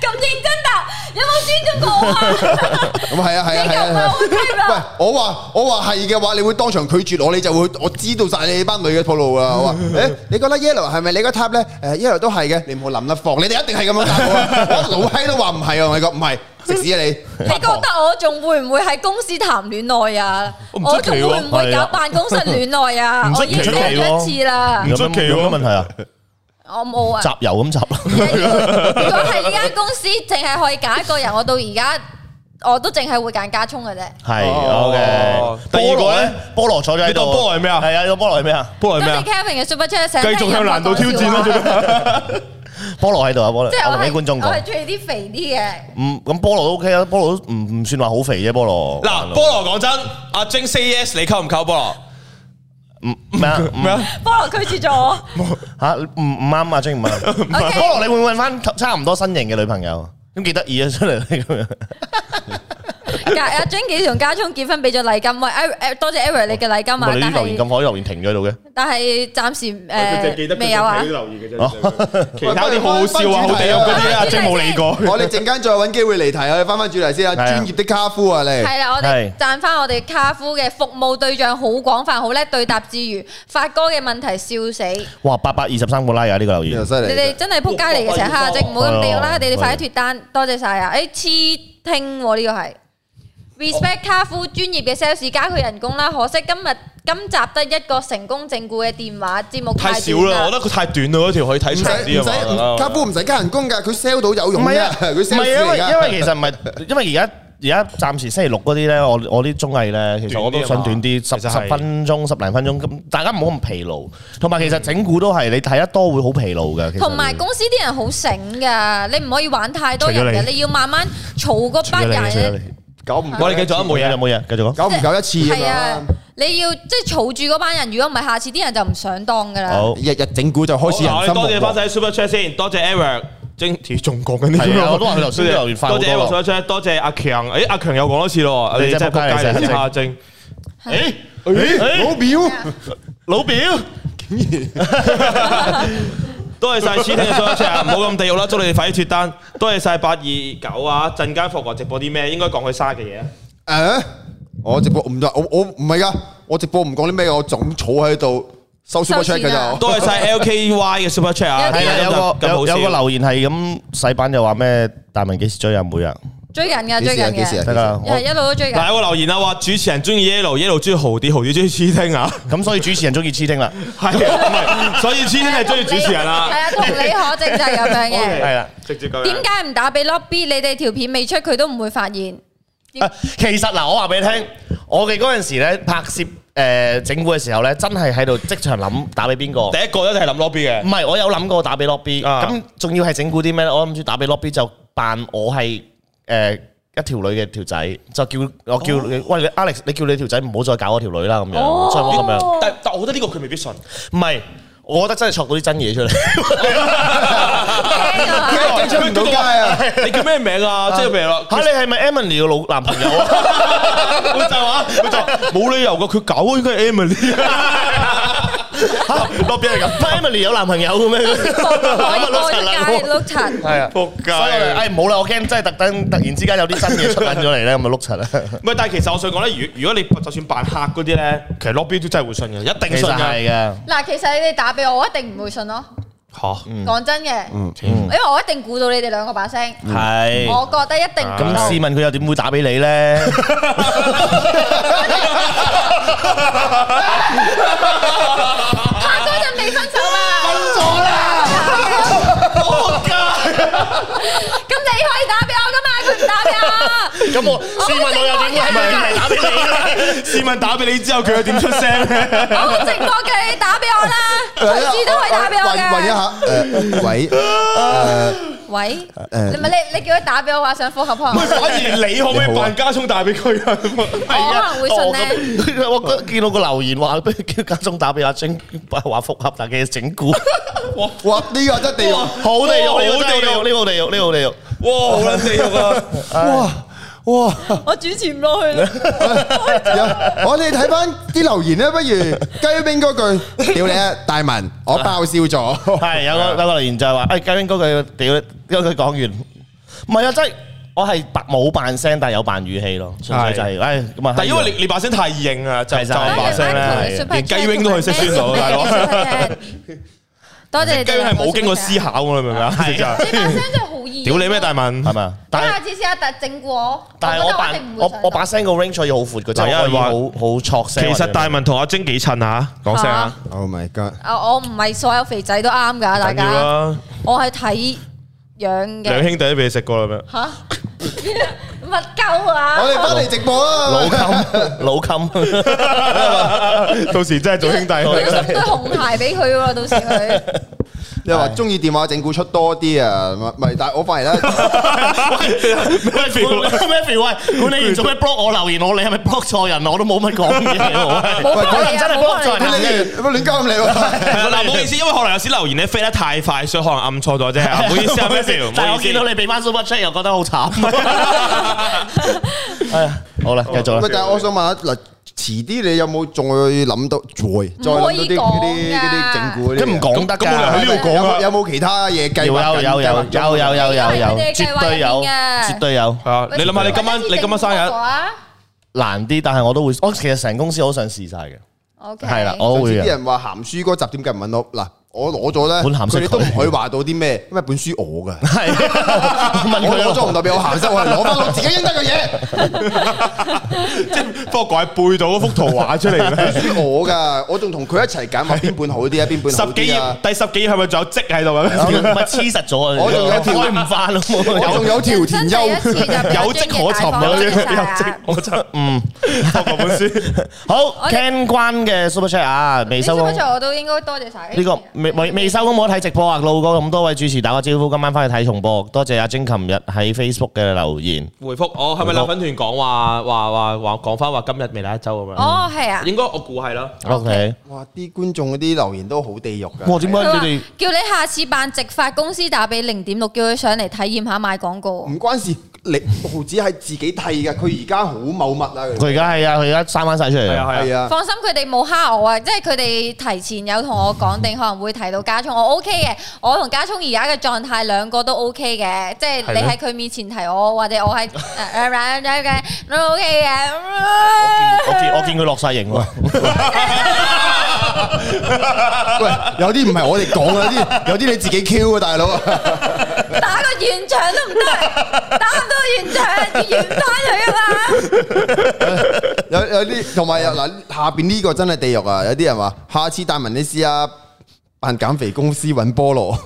咁認真答，有冇尊重過我啊？ <laughs> 咁係啊，係啊，你係夠唔啊夠。我 K 喂啦？，我話我話係嘅話，你會當場拒絕我，你就會我知道晒你班女嘅套路啊！ <laughs> 我話誒，你覺得 yellow 係咪你個 type 咧？誒，yellow 都係嘅，你唔好諗得放，你哋一定係咁樣答 <laughs> 我啊！我老閪都話唔係啊，我講唔係，食屎啊你！你覺得我仲會唔會喺公司談戀愛啊？我唔我出仲奇喎啊會唔會搞辦公室戀愛啊？唔我出已奇經喎講一次啦唔，出奇喎有乜問題啊？我冇啊。集郵咁集啦。如果係呢間公司淨係可以揀一個人，我到而家我都淨係會揀加聰嘅啫。係哦 OK。第二個菠呢蘿呢，菠蘿坐咗喺你當度。菠蘿係咩啊係啊，你當菠蘿係咩啊？菠蘿係多咩謝啊？ Kevin 嘅 super chat，成日繼續向難度挑戰啊啦聽人講笑話菠蘿喺度啊，菠即蘿。係我我同係啲觀眾我係講，中意啲肥啲嘅。唔咁菠蘿都 OK 啊，菠蘿都唔唔算話好肥啫，菠蘿。嗱，菠蘿講真，阿晶 say yes，你溝唔溝菠蘿？唔咩啊？咩咩啊啊？？菠 <laughs> 蘿拒絕咗我。吓唔唔啱啊，真唔啱。菠 <laughs> OK 蘿你會揾翻差唔多身形嘅女朋友，咁幾得意啊出嚟咁 <laughs> 樣。隔阿 j 幾時同加聰結婚俾咗禮金，喂，Eric- Eric，多謝 Eric 你嘅禮金咪啊！你啲但留言咁係可以留言停咗喺度嘅，但係暫時誒未有啊。哦 <laughs> 其他啲好好笑啊，好地獄嗰啲咧，阿晶冇理 <laughs> 過。我哋陣間再揾機會離題啊！我哋翻返主題先啊！係啊專業的卡夫啊，你係啦，我哋係讚翻我哋卡夫嘅服務對象好廣泛，好叻對答之餘，發哥嘅問題笑死。哇八百二十三個 like 啊呢個留又言，犀利。你哋真係撲街嚟嘅成日蝦即唔好咁地獄啦！你哋快啲脱單，多謝晒啊！誒黐聽喎呢個係 respect 卡夫專業嘅 sales 加佢人工啦，可惜今日今集得一個成功證固嘅電話節目太太少短啦，我覺得佢太短啦，嗰條可以唔睇使長啲唔啊嘛。使，卡夫唔使加人工㗎，佢 sell 到有唔用係啫啊，， <laughs> 佢 sales 唔係啊因為嚟㗎。因為其實唔係， <laughs> 因為而家而家暫時星期六嗰啲咧，我我啲綜藝咧，其實我都想短啲，短啲啊嘛其十實係十分鐘十零分鐘，咁大家唔好咁疲勞，同埋其實整蠱都係你睇得多會好疲勞嘅，其實同埋公司啲人好醒噶，你唔可以玩太多人除咗嘅，你你要慢慢嘈嗰班除咗你除咗人你。久唔久我哋繼續啊，冇冇嘢嘢啦，。冇嘢，繼續講。久唔久一次係啊啊嘛。，你要即係嘈住嗰班人，如果唔係，下次啲人就唔上當噶啦。好，日日整蠱就開始好人嗱心我哋多謝惶翻惶。晒 Super Chat 先，多謝 Eric。精條仲講緊係啊我都話佢頭先啲留言快好多多謝啦 Eric Super Chat，多謝阿強。誒，阿強又講多次咯，你你真真係係仆仆街嚟街嚟真係阿晶。誒誒老表，老 <laughs> 表，多謝晒黐聽嘅 Super Chat 啊，唔好咁地獄啦，祝你哋快啲脱單。多謝晒八二九啊，陣間復活直播啲咩？應該講佢生日嘅嘢啊。誒，我直播唔得，我我唔係㗎，我直播唔講啲咩，我總坐喺度收 super 收 check 錢㗎啊咋。多謝晒 LKY 嘅 Super Chat 啊，有啲係人啊，有咁個好有笑有個留言係咁洗版就話咩？大文幾時追阿妹啊？追緊嘅，幾追時啊緊幾時啊嘅，得啦，係一路都追緊。嗱有個留言啊，話主持人中意 yellow，yellow 中意豪啲，豪啲中意黐聽啊。咁所以主持人中意黐聽啦，係 <laughs> 啊，唔係所以黐聽係中意主持人係啦。啊，同理可證就係咁樣嘅。係啦。直接咁點解唔打俾 lobby？你哋條片未出，佢都唔會發現。啊其實嗱，我話俾你聽，我哋嗰陣時咧拍攝誒整蠱嘅時候咧，真係喺度即場諗打俾邊 <laughs> 個。第一個一定係諗 lobby 嘅唔，係，我有諗過打俾 lobby，啊咁仲要係整蠱啲咩咧？我諗住打俾 lobby 就扮我係誒一條女嘅條仔，就叫我叫你喂你 Alex，你叫你條仔唔好再搞我條女啦咁哦樣，再我咁樣，但但我覺得呢個佢未必信。唔係。我覺得真係戳到啲真嘢出嚟， <laughs> 驚啊驚出唔到街啊！你叫咩名啊？即係譬如話嚇你係咪 Emily 嘅老男朋友啊？佢就話佢就冇理由噶，佢搞應該係 Emily 啊。嚇落邊係咁嚇，Emily 有男朋友嘅咩？可以咁啊過咗街碌柒。係啊，仆街所以我哋唉唔好啦，我驚真係特登突然之間有啲新嘢出緊咗嚟咧，咁咪碌柒啦。唔係，但係其實我想講咧，如如果你就算扮客嗰啲咧，其實 lobby 都真係會信嘅，一定其實信係嘅。嘅，嗱，其實你哋打俾我，我一定唔會信咯。嚇，嗯講真嘅，因為我一定估到你哋兩個把聲，係。我覺得一定估嗯咁到。試問佢又點會打俾你咧？拍啊嗰陣未分手嘛？分咗啦！咁你可以打俾我噶嘛？佢唔打俾我，咁我我試問我又點會喺隔離打俾你咧？ <laughs> 試問打俾你之後，佢又點出聲咧？我好直覺嘅，你打俾我啦，隨時都可以打俾我暈一嘅。下，誒喂誒喂，你咪你你叫佢打俾我話想復合可能，反而你可唔可以扮家聰打俾佢啊？我可能會信咧。咧。我嗰見到個留言話，不如叫家中打俾阿晶，話復合，但係佢整蠱，哇！呢個真地獄，好地獄，呢個好真係好地獄，呢個好地獄，呢個好地獄。哇，好撚地獄啊！哇哇！我主持唔落去啦。有我哋睇翻啲留言咧，不如雞兵嗰句，屌你啊，大文，我爆笑咗。係啊有個有個留言就係話，誒嘉欣嗰句屌，嗰句講完，唔係啊，真係我係扮冇扮聲，但係有扮語氣咯，純粹就係誒咁啊。但係因為你你把聲太硬啊，就係就就多係把謝聲咧，係 Michael 連雞 wing 都可以識酸佬大佬多謝你雞哋係兩個冇 super chat。經過思考㗎，你明唔明啊？就係你把聲真係好易。屌你咩大文？係咪啊？我但係下次試下特整過我，但係我覺我得我一扮定唔會我上我當把聲個 range 要好闊嘅，就可以有人話好好戳聲。其實大文同阿晶幾襯啊，講聲啊， Oh my god！啊，我唔係所有肥仔都啱㗎，大緊要家。啦，我係睇樣兩嘅。兄弟都俾你食過啦咩？吓？ <laughs> 乜鳩啊！我哋翻嚟直播老啦， <laughs> 襟老襟。到時真係做兄弟要送對紅鞋俾佢喎，到時佢。你話中意電話整蠱出多啲啊？唔係，但係我發 <laughs> 現咧， Matthew，Matthew，喂，管理員做咩 block 我留言我？你係咪 block 錯人啊？我都冇乜講嘢喎，冇喂可幫能你真啊係冇 block 錯幫你啊人 <laughs> 管理嘅。員，亂鳩 <laughs> 咁你喎。嗱，唔好意思，因為可能有時留言咧飛得太快，所以可能暗錯咗啫。唔好意思啊，Matthew，唔但係好我意見到思。你俾翻 super check 又覺得好 <laughs> 慘。係啊，好啦，繼續喂啦。但係我想問下，嗱，遲啲你有冇再諗到再再諗到啲嗰啲嗰啲整蠱嗰啲？即係唔講得㗎。咁我哋喺呢度講啊有冇其他嘢計有劃有緊？有有計劃中有有有有有因為佢哋，絕對有，計劃入面嘅絕對有係啊，你諗下，你今晚你今晚生日，難啲，但係我都會。我其實成公司我都想試晒嘅， O K。係啦，上我會次啲嘅。人話鹹書嗰集點解唔揾我？嗱，我攞咗咧，本鹹書佢哋都唔佢可以話到啲咩，因為本書 <laughs> 我㗎。係， <laughs> 問我佢攞啊咗唔代表我鹹濕，我係攞翻我自己應得嘅嘢。即係幫我改背到嗰幅圖畫出嚟本咧。書我㗎，我仲同佢一齊揀話邊本好啲啊，邊本好十幾啲啊頁，。第十幾頁係咪仲有積喺度啊？唔係黐實咗啊！我仲有條開唔翻咯， <laughs> 我冇仲有條田優，有有跡可尋啊！呢個有跡可尋。嗯，讀過本書。好我哋 Ken 關嘅 Super Chat 啊，未你收收工咗。我都應該多謝晒。呢個未未未收工冇得睇直播啊！路過咁多位主持打個招呼，今晚翻去睇重播。多謝阿晶琴日喺 Facebook 嘅留言。 <laughs> 回覆我係咪立粉團講話話話話講翻話今日未來一周咁樣？哦，係啊。應該我估係啦。 OK，哇！啲觀眾嗰啲留言都好地獄㗎。哇！點解佢話你哋叫你下次辦直發公司打俾零點六，叫佢上嚟體驗下賣廣告。唔關事，你報紙係自己剃㗎，佢而家好某物啊。佢而家係啊，佢而家生翻晒出嚟係啊！啊係係啊。啊，放心，佢哋冇蝦我啊，即係佢哋提前有同我講定，可能會提到家聰，我 OK 嘅。我同家聰而家嘅狀態兩個都 OK 嘅，即係你喺佢面前提我，或者我喺呃誒誒誒嘅都呃 OK 嘅。啊我見我見佢落晒型喎，喂，有啲唔係我哋講嘅，有啲有啲你自己 Q 啊，大佬啊。打個圓場都唔得，打唔到圓場要圓翻佢啊嘛。有啊有啲同埋有嗱，下邊呢個真係地獄啊！有啲人話：下次大文你試下扮減肥公司揾菠蘿，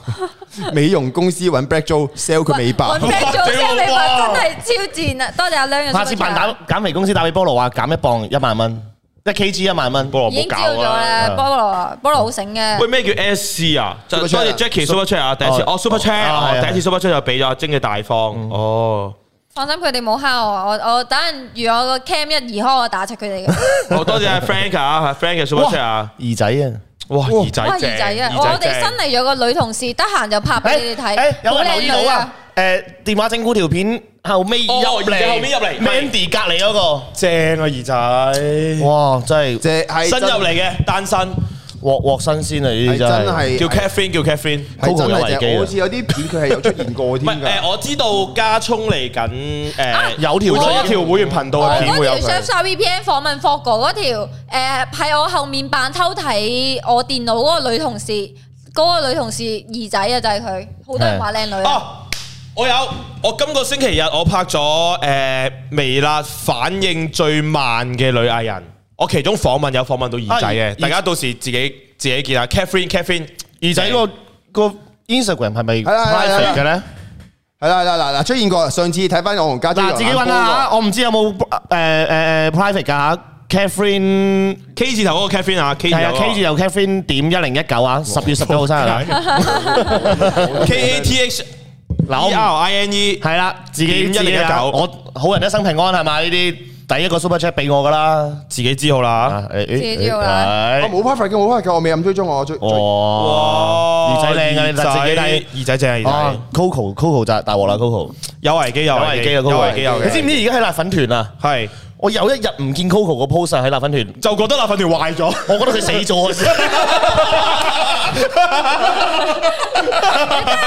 美容公司揾 Black Joe sell 佢美白。揾 friend 做 sell 美白真係超賤啊！多謝阿梁嘅啊 <laughs> 下次 super 扮 chat 打減肥公司打俾菠蘿話減一磅一萬蚊，一 kg 一萬蚊，菠已經知道咗啦，嗯菠蘿啊菠蘿好醒嘅喂，。咩叫 SC 啊？就 Super 多謝 Chat 啊 Jackie Super Chat 啊，第一次哦哦 Super 哦 Chat，係哦啊第一次 Super Chat 就俾咗阿晶嘅大方，哦，放心，佢哋冇蝦我，我我等陣如我個 cam 一移開，我打柒佢 <laughs> 哋嘅。好多謝阿 Frank 啊，Frank 嘅 Super Chat 啊，二仔啊！哇哇耳仔哇，正，兒仔啊！耳我哋正新嚟咗個女同事，得閒就拍俾你哋睇，誒哎有好人留意靚女到啊啊！！誒電話整蠱條片後尾入哦而嚟，家後尾入嚟 Mandy 隔離嗰個，正啊耳仔，哇！真即係係新入嚟嘅單身，鑊鑊新鮮啊！呢啲係真真係。係叫 Catherine 叫 Catherine。係真 Google 有危係機正，啊我好似有啲片佢係有出現過唔添係㗎。誒，我知道加聰嚟緊誒有條會出啊一條會員頻道我嘅片會有嗰條佢。 Surfshark VPN 訪問霍哥嗰條，誒係我後面扮偷睇我電腦嗰個女同事，嗰個女同事兒仔啊，就係佢，好多人話靚女啊。哦，我有，我今個星期日我拍咗誒微辣反應最慢嘅女藝人，我其中訪問有訪問到二仔啊嘅，二大家到時自己自己見下啊 Catherine Catherine 二仔個個 Instagram 係咪係啦係啦 private 嘅咧？係啦係啦嗱嗱出現過，上次睇翻我同家姐啊嗱，自己揾啦嚇，我唔知有冇誒誒誒 private 㗎嚇。Catherine K 字頭嗰個 Catherine 啊，K 字係啊頭，K 字有 Catherine 點一零一九啊，十月十九號生日 <laughs> 啊。 K A T H 嗱，我 E 唔 R I N E 系啦，自己點一零一九自己啊我好人一生平安係咪？呢啲第一個 super chat 俾我噶啦，自己知好啦。啊，哎自己知道啦我哦冇 perfect 嘅，冇 perfect 嘅，我未咁追蹤我我追。追哦哇，哇魚仔靚啊，你哦二自己仔二仔正睇啊，二啊仔，Coco Coco 就係大鑊啦，Coco 有危機有有危危嗯機機啊有危，Coco，機有你危知機唔。知而家喺辣粉團啊？係我有一日唔見 Coco 個 post 啊喺辣粉團，就覺得辣粉條壞咗。我覺得佢死咗啊！真係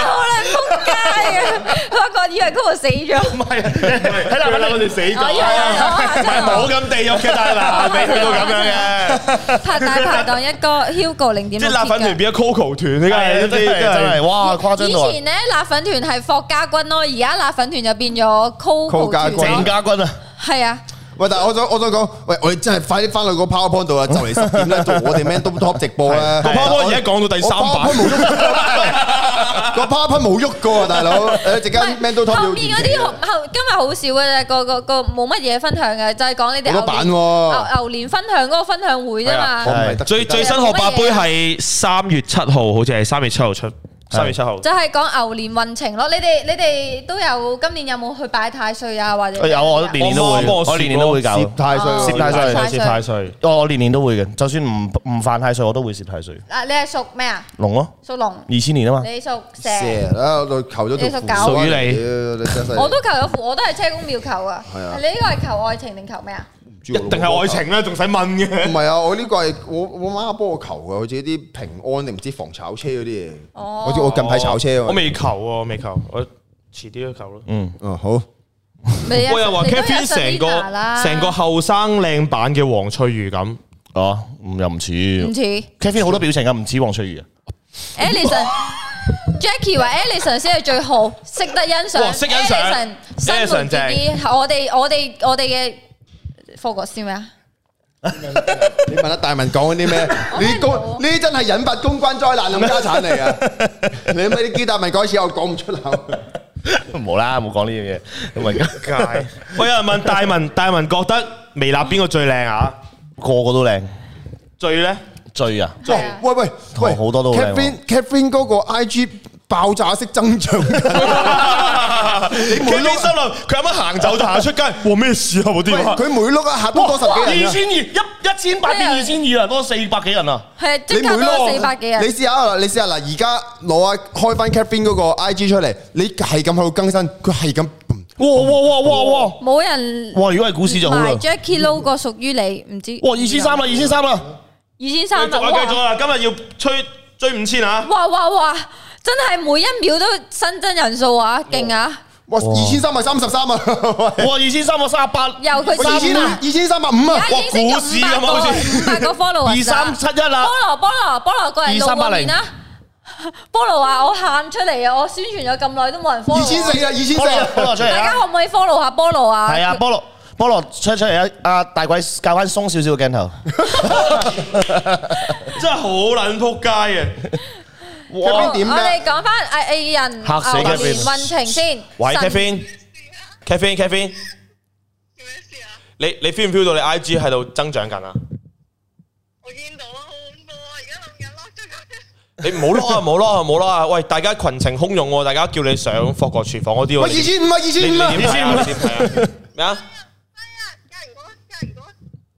好撚撲街啊！我個以為 Coco 死咗，唔係 <laughs> 哦喺辣粉團死我以為我真係冇咁地獄嘅大辣， <laughs> 未去到咁樣嘅，拍大排檔一個 Hugo 零點即係六辣粉團鐵變咗 Coco 團，你真梗係係真真係真係係哇誇㗎。張以到啊前咧辣粉團係霍家軍咯，而家辣粉團就變咗 Coco 團高家軍鄭咯，家軍啊！係啊。喂，但係我想我想講，喂，我哋真係快啲翻去個 PowerPoint 度啦，就嚟十點啦，做我哋 Man Top Top 直播啦。個 PowerPoint 而家講到第三版啊我 PowerPoint 冇喐過，個 PowerPoint 冇喐過啊，大佬。誒，陣間 Man Top Top 後要面嗰啲後後今日好少嘅啫，個個個冇乜嘢分享嘅，就係講你哋好牛多版年牛喎牛年分享嗰個分享會啫我唔嘛，係得最最新學霸杯係三月七號，好似係三月七號出，三月 <laughs> 七號。就係講牛年運程咯。你哋你哋都有今年有冇去拜太歲啊？或者哎有我年年都會，我幫我我年年都會搞。哎攝太歲，哦攝太歲哦攝太歲。我我年年都會嘅，就算唔唔犯太歲，我都會攝太歲。啊，你係屬咩啊？龍咯，屬龍，二千年啊嘛。你屬蛇。蛇啦，我哋求咗條你屬狗符啊屬於你屌你真係我都求咗符，我都係車公廟求啊。係啊你呢個係求愛情定求咩啊？唔知一我老定係愛情啦，仲使問嘅唔？係啊！我呢個係我我媽幫我求嘅，佢自己啲平安定唔知防炒車嗰啲嘢。哦我知我近排炒車啊喎。我未求喎，我未求，我遲啲都求咯。哦好，你我又話 Catherine 成個成個後生靚版嘅黃翠如咁，哦，唔又唔似。唔似 Kevin 好多表情啊，唔似黃翠如啊。 Alison。Jackie 話 Alison 先係最好，識得欣賞。哇識欣賞 Alison 新門 Alison 正啲，我哋我哋我哋嘅 focus 先咩啊？你問下大文講嗰啲咩？呢啲公呢啲真係引發公關災難咁家產嚟啊！你咪你叫大文講一次，我講唔出口。冇啦，冇講呢樣嘢。咁而家界。我有人問大文，大文覺得微辣邊個最靚啊？個個都靚，最 <laughs> 咧？追啊！係啊喂喂喂，好多都好靚喎 Catherine Catherine 嗰個 IG 爆炸式增佢長，呢心諗，佢啱啱行走就行出街，哇咩事啊？我啲喂佢每碌一下都多十幾人二啊！千二一一千八變二千二啊，多四百幾人啊！係即你每刻多碌四百幾啊你人，試下啦，你試下嗱，而家攞啊開翻 Catherine 嗰個 IG 出嚟，你係咁喺度更新，佢係咁。哇哇哇哇哇！冇人哇，如果係股市就好啦埋。Jackie Lou 個屬於你，唔知哇，二千三啦，二千三啦！二千繼三續啊啊，繼續啊！今日要追追五千啊！哇哇哇！真係每一秒都新增人數啊，勁啊！哇！二千三百三十三啊！哇，二千三啊，三十八，由佢二千三啊二，千三百五啊！而家已經升咗五百個哇股五百個 follower 二三七一啦菠。蘿菠蘿菠蘿過嚟露個面啦！啊 <laughs> 菠蘿話我喊出嚟啊！我宣傳咗咁耐都冇人 follow 我。二千四啊，二千菠蘿，菠四啊！蘿出嚟大家啊！可唔可以 follow 下菠蘿啊？係啊，菠蘿，菠蘿出出嚟啊！啊大鬼教翻鬆少少嘅鏡頭，真係好撚撲街啊嘅。我邊點哦我咧？哋講翻誒藝人啊嚇死牛年 Catherine 運程先。喂神，Catherine，Catherine，Catherine，做咩事啊？你你 feel 唔 feel 到你 IG 喺度增長緊啊？我見到啊，好恐怖啊！而家諗緊 lock 咗佢。你唔好攞啊，唔好攞啊，唔好攞啊！喂，大家群情洶湧喎，大家叫你上霍國廚房嗰啲喎。喂，二千五啊，二你千你五啊，點睇啊？你點睇啊？咩啊？哎呀，隔人講，隔人講，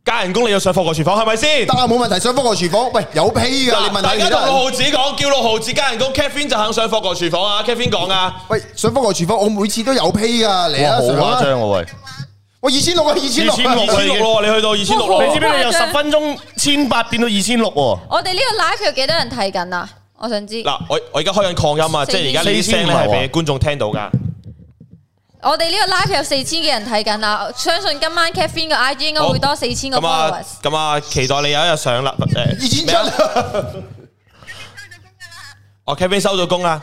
加人工你要上霍國廚房係咪先？得啊，冇問題。上福個廚房，喂，有屁噶？你問下大其家同六他人。毫子講，叫六毫子加人工，Catherine 就肯上霍國廚房啊！Catherine 講啊，喂，上福個廚房，我每次都有屁噶，嚟哇啊，上好誇啊！張喎喂！我二千六啊，二千六二千六二啊千六咯，你去到二千六哇你知。唔咯知你由十分鐘千八變到二千六喎？我哋呢個 live 有幾多人睇緊啊？我想知。嗱，我我而家開緊擴音啊，四即係而家呢啲聲咧係俾觀眾聽到㗎。我哋呢個 live 有四千幾人睇緊啦，相信今晚 Catherine 嘅 IG 應該會多四千個咁啊 followers。，咁啊，期待你有一日上啦。二誒，千七咩啊啊，收咗工㗎啦。哦，Catherine 收咗工啦。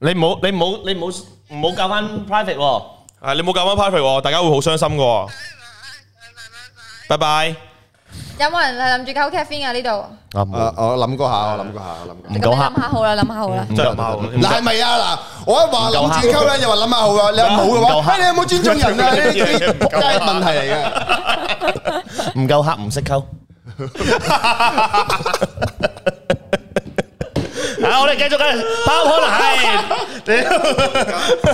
你唔好你唔好你唔好唔好教翻 private 喎。啊，你冇搞翻 party 喎，大家會好傷心㗎喎。拜拜拜拜拜。拜。有冇人係諗住溝 Catherine 啊？呢度啊冇啊我諗過下，我諗過下，我諗過下。唔嗯咁夠你黑諗下好啦，諗下好啦。唔真係夠唔啱喎唔嗱係咪啊？嗱，我一話諗住溝咧，又話諗下好啊，你話冇嘅唔夠話，黑哎你有冇尊重人啊？呢啲呢啲仆街問題嚟嘅。唔夠黑唔識溝。啊！我哋繼續嘅包可能係，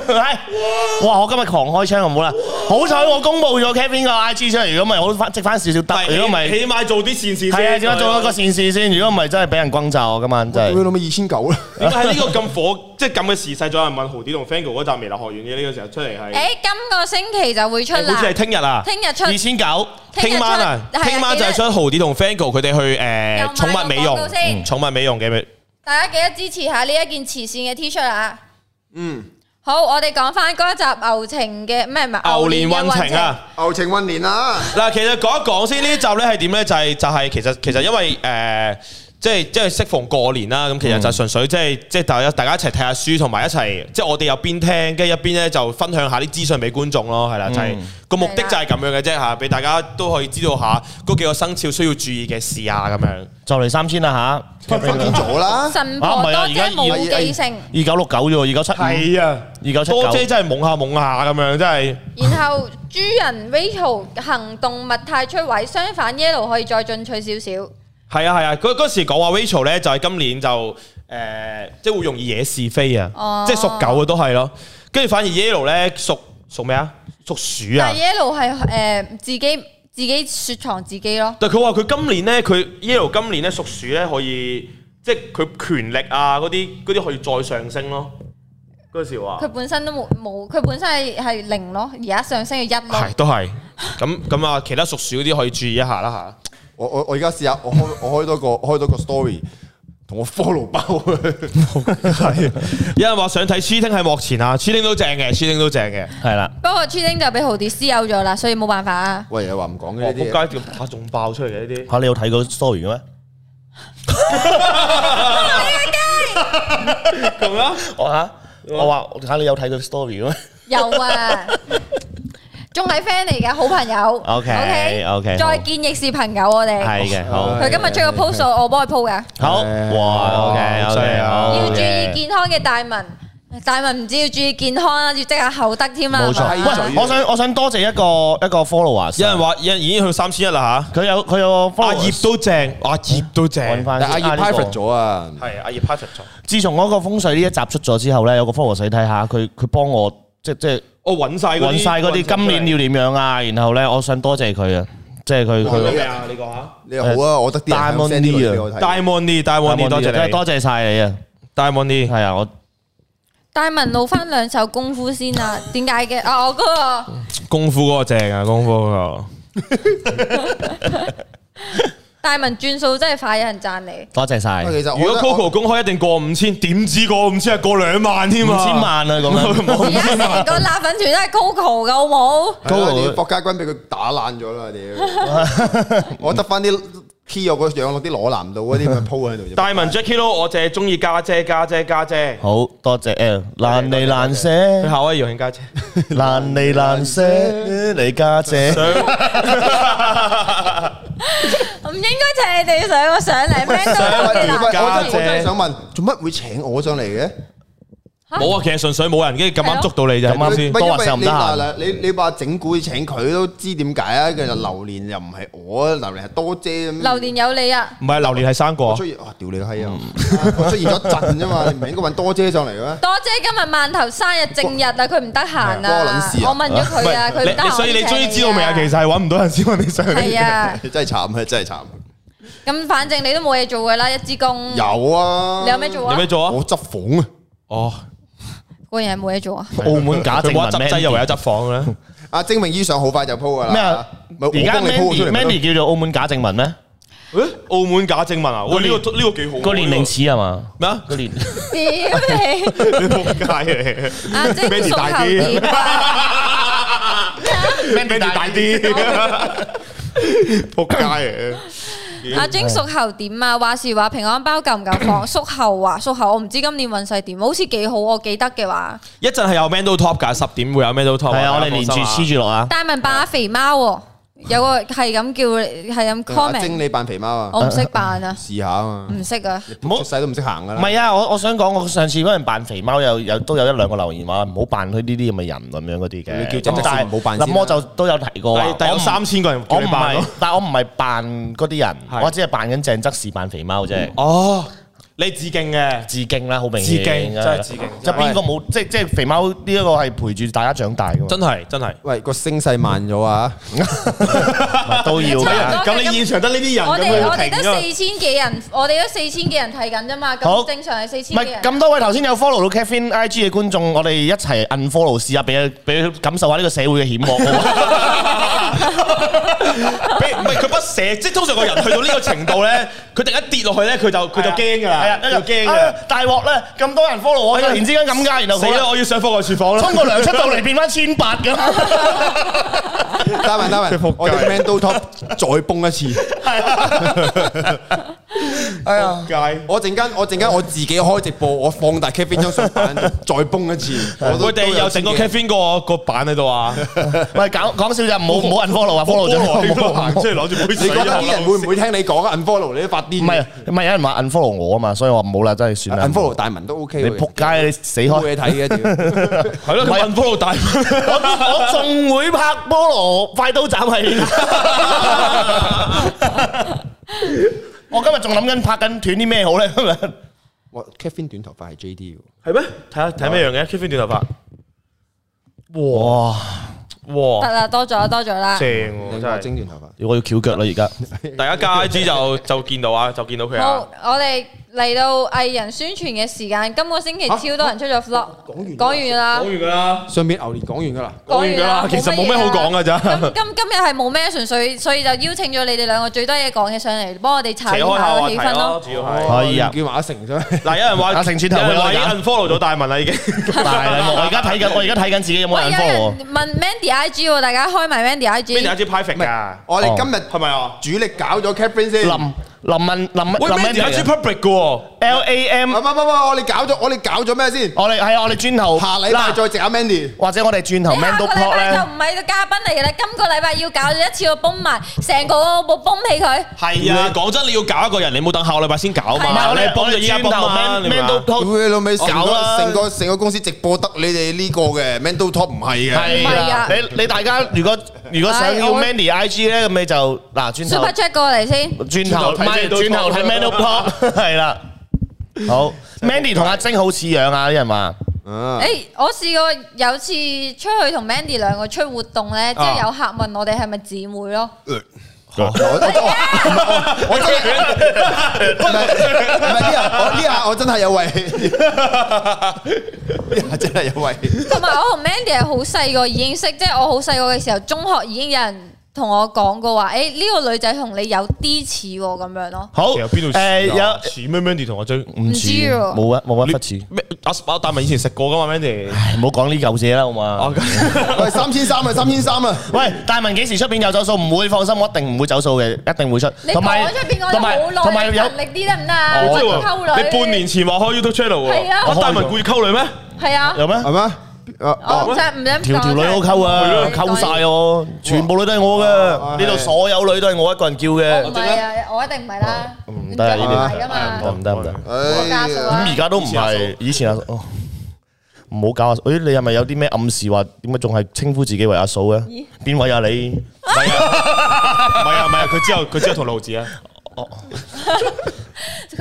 係哇！我今日狂開槍，唔好啦。好彩我公佈咗 Kevin 個 IG 出嚟，如果唔係我翻積翻少少得，如果唔係起碼做啲善事先。係啊，點解做咗個善事先？如果唔係真係俾人轟炸我今晚真佢係。諗咪二千九啦。點解喺呢個咁火，即係咁嘅時勢，仲有人問豪子同 Fango 嗰集微辣學院嘅呢個時候出嚟係？誒，今個星期就會出好啦似係，聽日啊，聽日出。二千九，聽晚啊，聽日出聽晚就係出豪子同 Fango 佢哋去又誒賣寵物美容嗯個廣告先，寵物美容嘅。大家記得支持下呢一件慈善嘅 T 恤啊！嗯，好，我哋講翻嗰一集牛情嘅咩唔係牛年運程啊！！牛情運年啊！嗱，其實講一講先，呢一集咧係點咧？就係、就係、其實其實因為誒。呃即係即係適逢過年啦，咁其實就純粹即係即係大家大家一齊睇下書，同埋一齊即係我哋又邊聽，跟住一邊咧就分享下啲資訊俾觀眾咯，係啦，就係個目的就係咁樣嘅啫嚇，俾大家都可以知道下嗰幾個生肖需要注意嘅事啊咁樣。就嚟三千啦吓，分分咗啦，神啊唔婆係啊多而家姐冇要記性，二九六九啫喎，二九七五，啊，二九七多姐九。真係懵下懵下咁樣，真係然後豬人 Rachel 行動物太摧毀，相反 Yellow 可以再進取少少。係啊係啊。嗰嗰時講話 Rachel 咧，就係今年就誒、呃即係會容易惹是非啊，哦即係屬狗嘅都係咯。跟住反而 Yellow 咧屬屬咩啊？屬鼠啊但係！Yellow 係誒自己自己雪藏自己咯。但佢話佢今年咧，佢 Yellow 今年咧屬鼠咧可以，即係佢權力啊嗰啲嗰啲可以再上升咯。嗰時話佢本身都冇冇，佢本身係係零咯，而家上升係一咯係。都係咁咁啊，其他屬鼠嗰啲可以注意一下啦嚇。我我我而家試下，我開我開多個開多個 story，同我 follow <laughs> 包佢。有人話想睇 Cheating 喺幕前啊，Cheating 都正嘅，Cheating 都正嘅。係啦，不過 Cheating 就俾豪迪私有咗啦，所以冇辦法啊。 <laughs> 喂，又話唔講嘅哇！呢哦仆啲嘢，街點嚇仲爆出嚟嘅呢啲？嚇你有睇過 story 嘅咩？咁啊！我嚇，我話嚇你有睇佢 story 嘅咩？有啊，仲係 friend 嚟嘅好朋友。 OK，OK，再見亦是朋友，我哋。係嘅，好。佢今日出個 post，我幫佢 oh po 嘅。好，誒哇，OK，好犀利 OK，啊好要注嘢意健康嘅大文，大文唔止要注意健康啦，要即刻口德添啦。冇錯。係嘛嘴喂，我想我想多謝一個一個 followers，有人話有人已經去三千一啦佢有佢有個嚇，阿 followers 葉都正，阿葉都正，揾翻但阿先。葉啊 private 呢個咗啊，係阿葉 p a t r 咗。自從嗰個風水呢一集出咗之後咧，有個 followers 你睇下，佢佢幫我即即我揾哦晒嗰啲揾晒嗰啲今年要點樣啊，然後咧我想多謝佢啊，即係佢揾到佢未啊？你講下。你又好啊，我得啲人 Diamond 啲嘢俾我睇。 Diamond Lee，Diamond Lee，多謝真係你多謝晒你啊， ，Diamond Lee。係啊，我大文露翻兩首功夫先啊，點解嘅？啊，我嗰個。功夫嗰個正啊，功夫嗰大文轉數真係快，有人讚你。多謝晒喂五其個。實我如果覺得我 Coco 公開一定過五千，點知過五千係過兩萬添啊！千萬啊 <laughs> 咁樣。而家成個辣粉團都係 Coco 嘅好冇？係啦高啲霍家軍俾佢打爛咗啦，屌！我得翻啲 key 我個樣落啲裸男度嗰啲咪鋪喺度啫。 <laughs> 大文 Jackie 咯，我淨係中意家姐家姐家姐，好多謝 L，爛你爛 <laughs> 去些，夏威夷慶家姐。爛你爛些，你家姐唔應該請你哋上，我上嚟 friend 都得喂嘅啦。我真家我姐真係想問，做乜會請我上嚟嘅？冇啊，其實純粹冇人，跟住咁啱捉到你啫，係咯啱先咁啱先。多話時候唔得閒嗱，你你話整蠱請佢都知點解啊？其實榴蓮又唔係我，榴蓮係多姐咁。榴蓮有你啊！唔係榴蓮係生我果出，現，哇！屌你個閪啊！ <laughs> 我出現咗陣啫嘛，你唔係應該揾多姐上嚟嘅咩？多姐今日饅頭生日正日啊，佢唔得閒關我撚啊事！啊我問咗佢啊，佢唔你得閒。你所以你我終請於你知道未啊？其實係揾唔到人先揾你上嚟。係啊，真係慘啊！真係慘。咁反正你都冇嘢做噶啦，一支公。有啊，你有咩？做有啊咩？做啊？我執房啊！哦，果然係冇嘢 <laughs> 做啊！澳門假佢證冇文得執劑，又唯有 Mandy 執房嘅 <laughs> 咧。阿精明衣相好快就鋪噶啦。咩啊？咪我而家幫你鋪出 Mandy 嚟咪得。 Mandy 叫做澳門假證文咩？誒澳門假證文啊！喂，呢個呢個幾好喎。個年齡似係嘛？咩啊？個 <laughs> 年屌你，仆街啊！阿晶熟大後啲點啊？ <laughs> Mandy 大啲，仆街啊！阿晶屬猴點啊？話時話平安包夠唔夠 <laughs> 放？屬猴啊，屬猴，我唔知今年運勢點，好似幾好，我記得嘅話。一陣係有 Mandal Top 㗎，十點會有 Mandal Top 啊。係啊！我哋連住黐住落啊！戴文扮阿肥貓喎，有個係咁叫，係咁阿精 comment，你扮肥貓啊？我唔識扮啊，試下啊嘛，唔識啊。唔好出世都唔識行噶唔啦。係啊！我我想講，我上次幫人扮肥貓，有有都有一兩個留言話唔好扮佢呢啲咁嘅人咁樣嗰啲嘅。你叫真咁實但係唔好扮先啦林魔就都有提過話，但但有我唔三千個人我叫唔你扮係咯。，但我唔係扮嗰啲人，係我只係扮緊鄭則仕扮肥貓啫。哦，你致敬嘅。致敬啦，好明顯。致敬真係致敬就邊個冇？即即係肥貓呢一個係陪住大家長大噶嘛真，係真係，喂，個聲勢慢 <laughs> 咗啊！咪都要真係㗎。啊咁你現場得呢啲人，我哋我咁哋你得停咗。四千幾人，我哋得四千幾人睇緊啫嘛，好咁正常係四唔千幾係人。咁多位頭先有 follow 到 Catherine IG 嘅觀眾，我哋一齊 unfollow 試下，俾佢俾佢感受下呢個社會嘅險惡好唔好。 <laughs> 俾唔係佢不捨，即係通常個人去到呢個程度咧，佢突然一跌落去咧，佢就佢就驚㗎啦，係啊，佢就驚㗎啊啦。大鑊咧，咁多人 follow 我，突然之間咁㗎，然後死死啦！啦，我要上課外廚房啦。衝個 <laughs> 糧出到嚟變翻千八咁。得 <laughs> 埋得埋，我哋 man do top 再崩一次。哎呀！街。我陣間我陣間我自己開直播，我放大 K 邊張 <laughs> 相板再崩一次。佢我哋有整個 Catherine 個個板喺度啊！喂，講講笑就唔好唔好 unfollow 啊，follow 咗菠蘿行出嚟攞住杯你水覺得啲人會唔會聽你講啊？unfollow 你都發癲。唔係唔係有人話 unfollow 我啊嘛，所以我冇啦，真係算啦。 unfollow 大文都 OK 你喎。仆街，你死開！冇嘢睇嘅 <laughs> 屌。係咯，佢問菠蘿大我我仲會拍菠蘿快刀斬系列。我今日仲諗緊拍緊斷啲咩好咧，今日哇 k e v i n 短頭髮係 JD 喎。係咩？睇下睇咩樣嘅 Catherine 短頭髮，哇！得哇，啦，多咗啦多咗啦正。你喎話真整短頭髮。我要翹腳啦，而家係！大家加 IG 就就見到啊，就見到佢好啊。，我哋嚟到藝人宣傳嘅時間，今個星期啊超多人出咗 vlog，講完啦講完啦講。完㗎啦，上邊牛年講完㗎啦。講完㗎啦，其實冇咩好講㗎咋。今今今日係冇咩，純粹所以就邀請咗你哋兩個最多嘢講嘅上嚟，幫我哋炒扯熱開下下個話氣題氛咯，咯。主要係。可以啊叫馬成啫。嗱，有人話阿成轉頭有人去攞話已經眼 unfollow 咗大文啦，已經。 <laughs> 大啦！我而家睇緊，我而家睇緊自己有冇喂，人有 follow 我人。問 Mandy IG 喎，大家開埋邊 Mandy 有 IG。一支 private 㗎？ <laughs> 我哋今係日咪啊？主力搞咗 k e v i n 先。林林文林喂，林邊有一支 Mandy 啊 public 㗎喎？ L A M，唔唔唔，我哋搞咗我哋搞咗咩先？我哋係啊我哋轉頭下禮拜嗱再直阿 Mandy。或者我哋轉頭你下 man 個 do 禮 talk 拜就咧，唔係個嘉賓嚟嘅啦，今個禮拜要搞一次我崩埋，成個我崩起佢。係啊，講真，你要搞一個人，你冇等下個禮拜先搞唔嘛。係我你哋幫就依家幫頭嘛 man 你明 man 嘛 do 屌 talk 你老味，成搞啦個成個成個公司直播得你哋呢個嘅 Man Do Top 唔係嘅。係係啦啊，你你大家如果如果想要係我 Mandy IG 咧，咁你就嗱轉 Super 頭 Chat 過嚟先。轉頭轉頭睇咪 Man do 轉頭睇 talk Man do talk 係啦，好 Mandy 同阿晶好似樣啊，啲人話啊誒，我試過有次出去同 Mandy 兩個出活動啊咧，即係有客問我哋係咪姊妹咯。我我我我真 <laughs> 係唔係唔係呢下我呢下我真係有位，呢下真係有位。同埋我同 Mandy 係好細個已經識，即係我好細個嘅時候，中學已經有人同我講過話，誒呢個女仔同你有啲似喎咁樣咯。好其實邊度誒有似咩？Mandy 同我追唔唔知喎冇啊冇乜不似。咩？阿阿達咪以前食過噶嘛，Mandy。唉唔好講呢嚿嘢啦，好嘛？喂，三千三啊，三千三啊！喂，大文幾時出片有走數？唔會放心，我一定唔會走數嘅，一定會出。你同埋講出邊我同埋好耐，同埋有勤力啲得唔得啊？我知我溝喎，女，你半年前話開 YouTube channel 係喎，啊阿大文故意溝女咩？係啊，有咩？係咩？啊我唔哦想唔想條條女好溝啊，溝晒我，全部女都係我哇嘅，呢度所有女都係我一個人叫唔嘅。係啊，我一定唔係啦，唔得啊呢唔係啲㗎嘛唔得唔得唔得。哎呀加數啊咁而家都唔係以前阿嫂哦，唔好搞阿嫂。誒，你係咪有啲咩暗示話點解仲係稱呼自己為阿嫂嘅？邊位啊你？唔係啊，唔係啊，唔係啊，佢之後佢之後同路子啊。嗯 <laughs>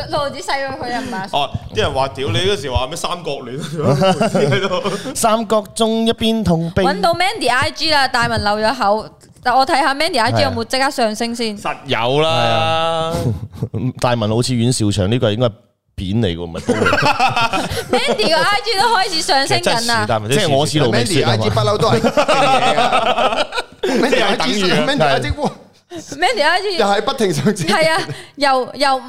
路子細過佢啊，唔係。哦，啲人話屌你嗰時話咩三角戀，喺度。三角中一邊痛悲。揾到 Mandy IG 啦，大文漏咗口，但我睇下 Mandy IG 啊有冇即刻上升先。實有啦，大文好似阮兆祥呢個應該係片嚟嘅， <laughs> 唔係煲嚟 Mandy 個 IG 都開始上升緊啊啦，文即係我似盧美雪 Mandy 啊 IG 不嘛。嬲都係勁嘢㗎 Mandy 係等於 IG 嘅 Mandy IG 哇 Mandy 又 IG 係不停上升。係啊，由由五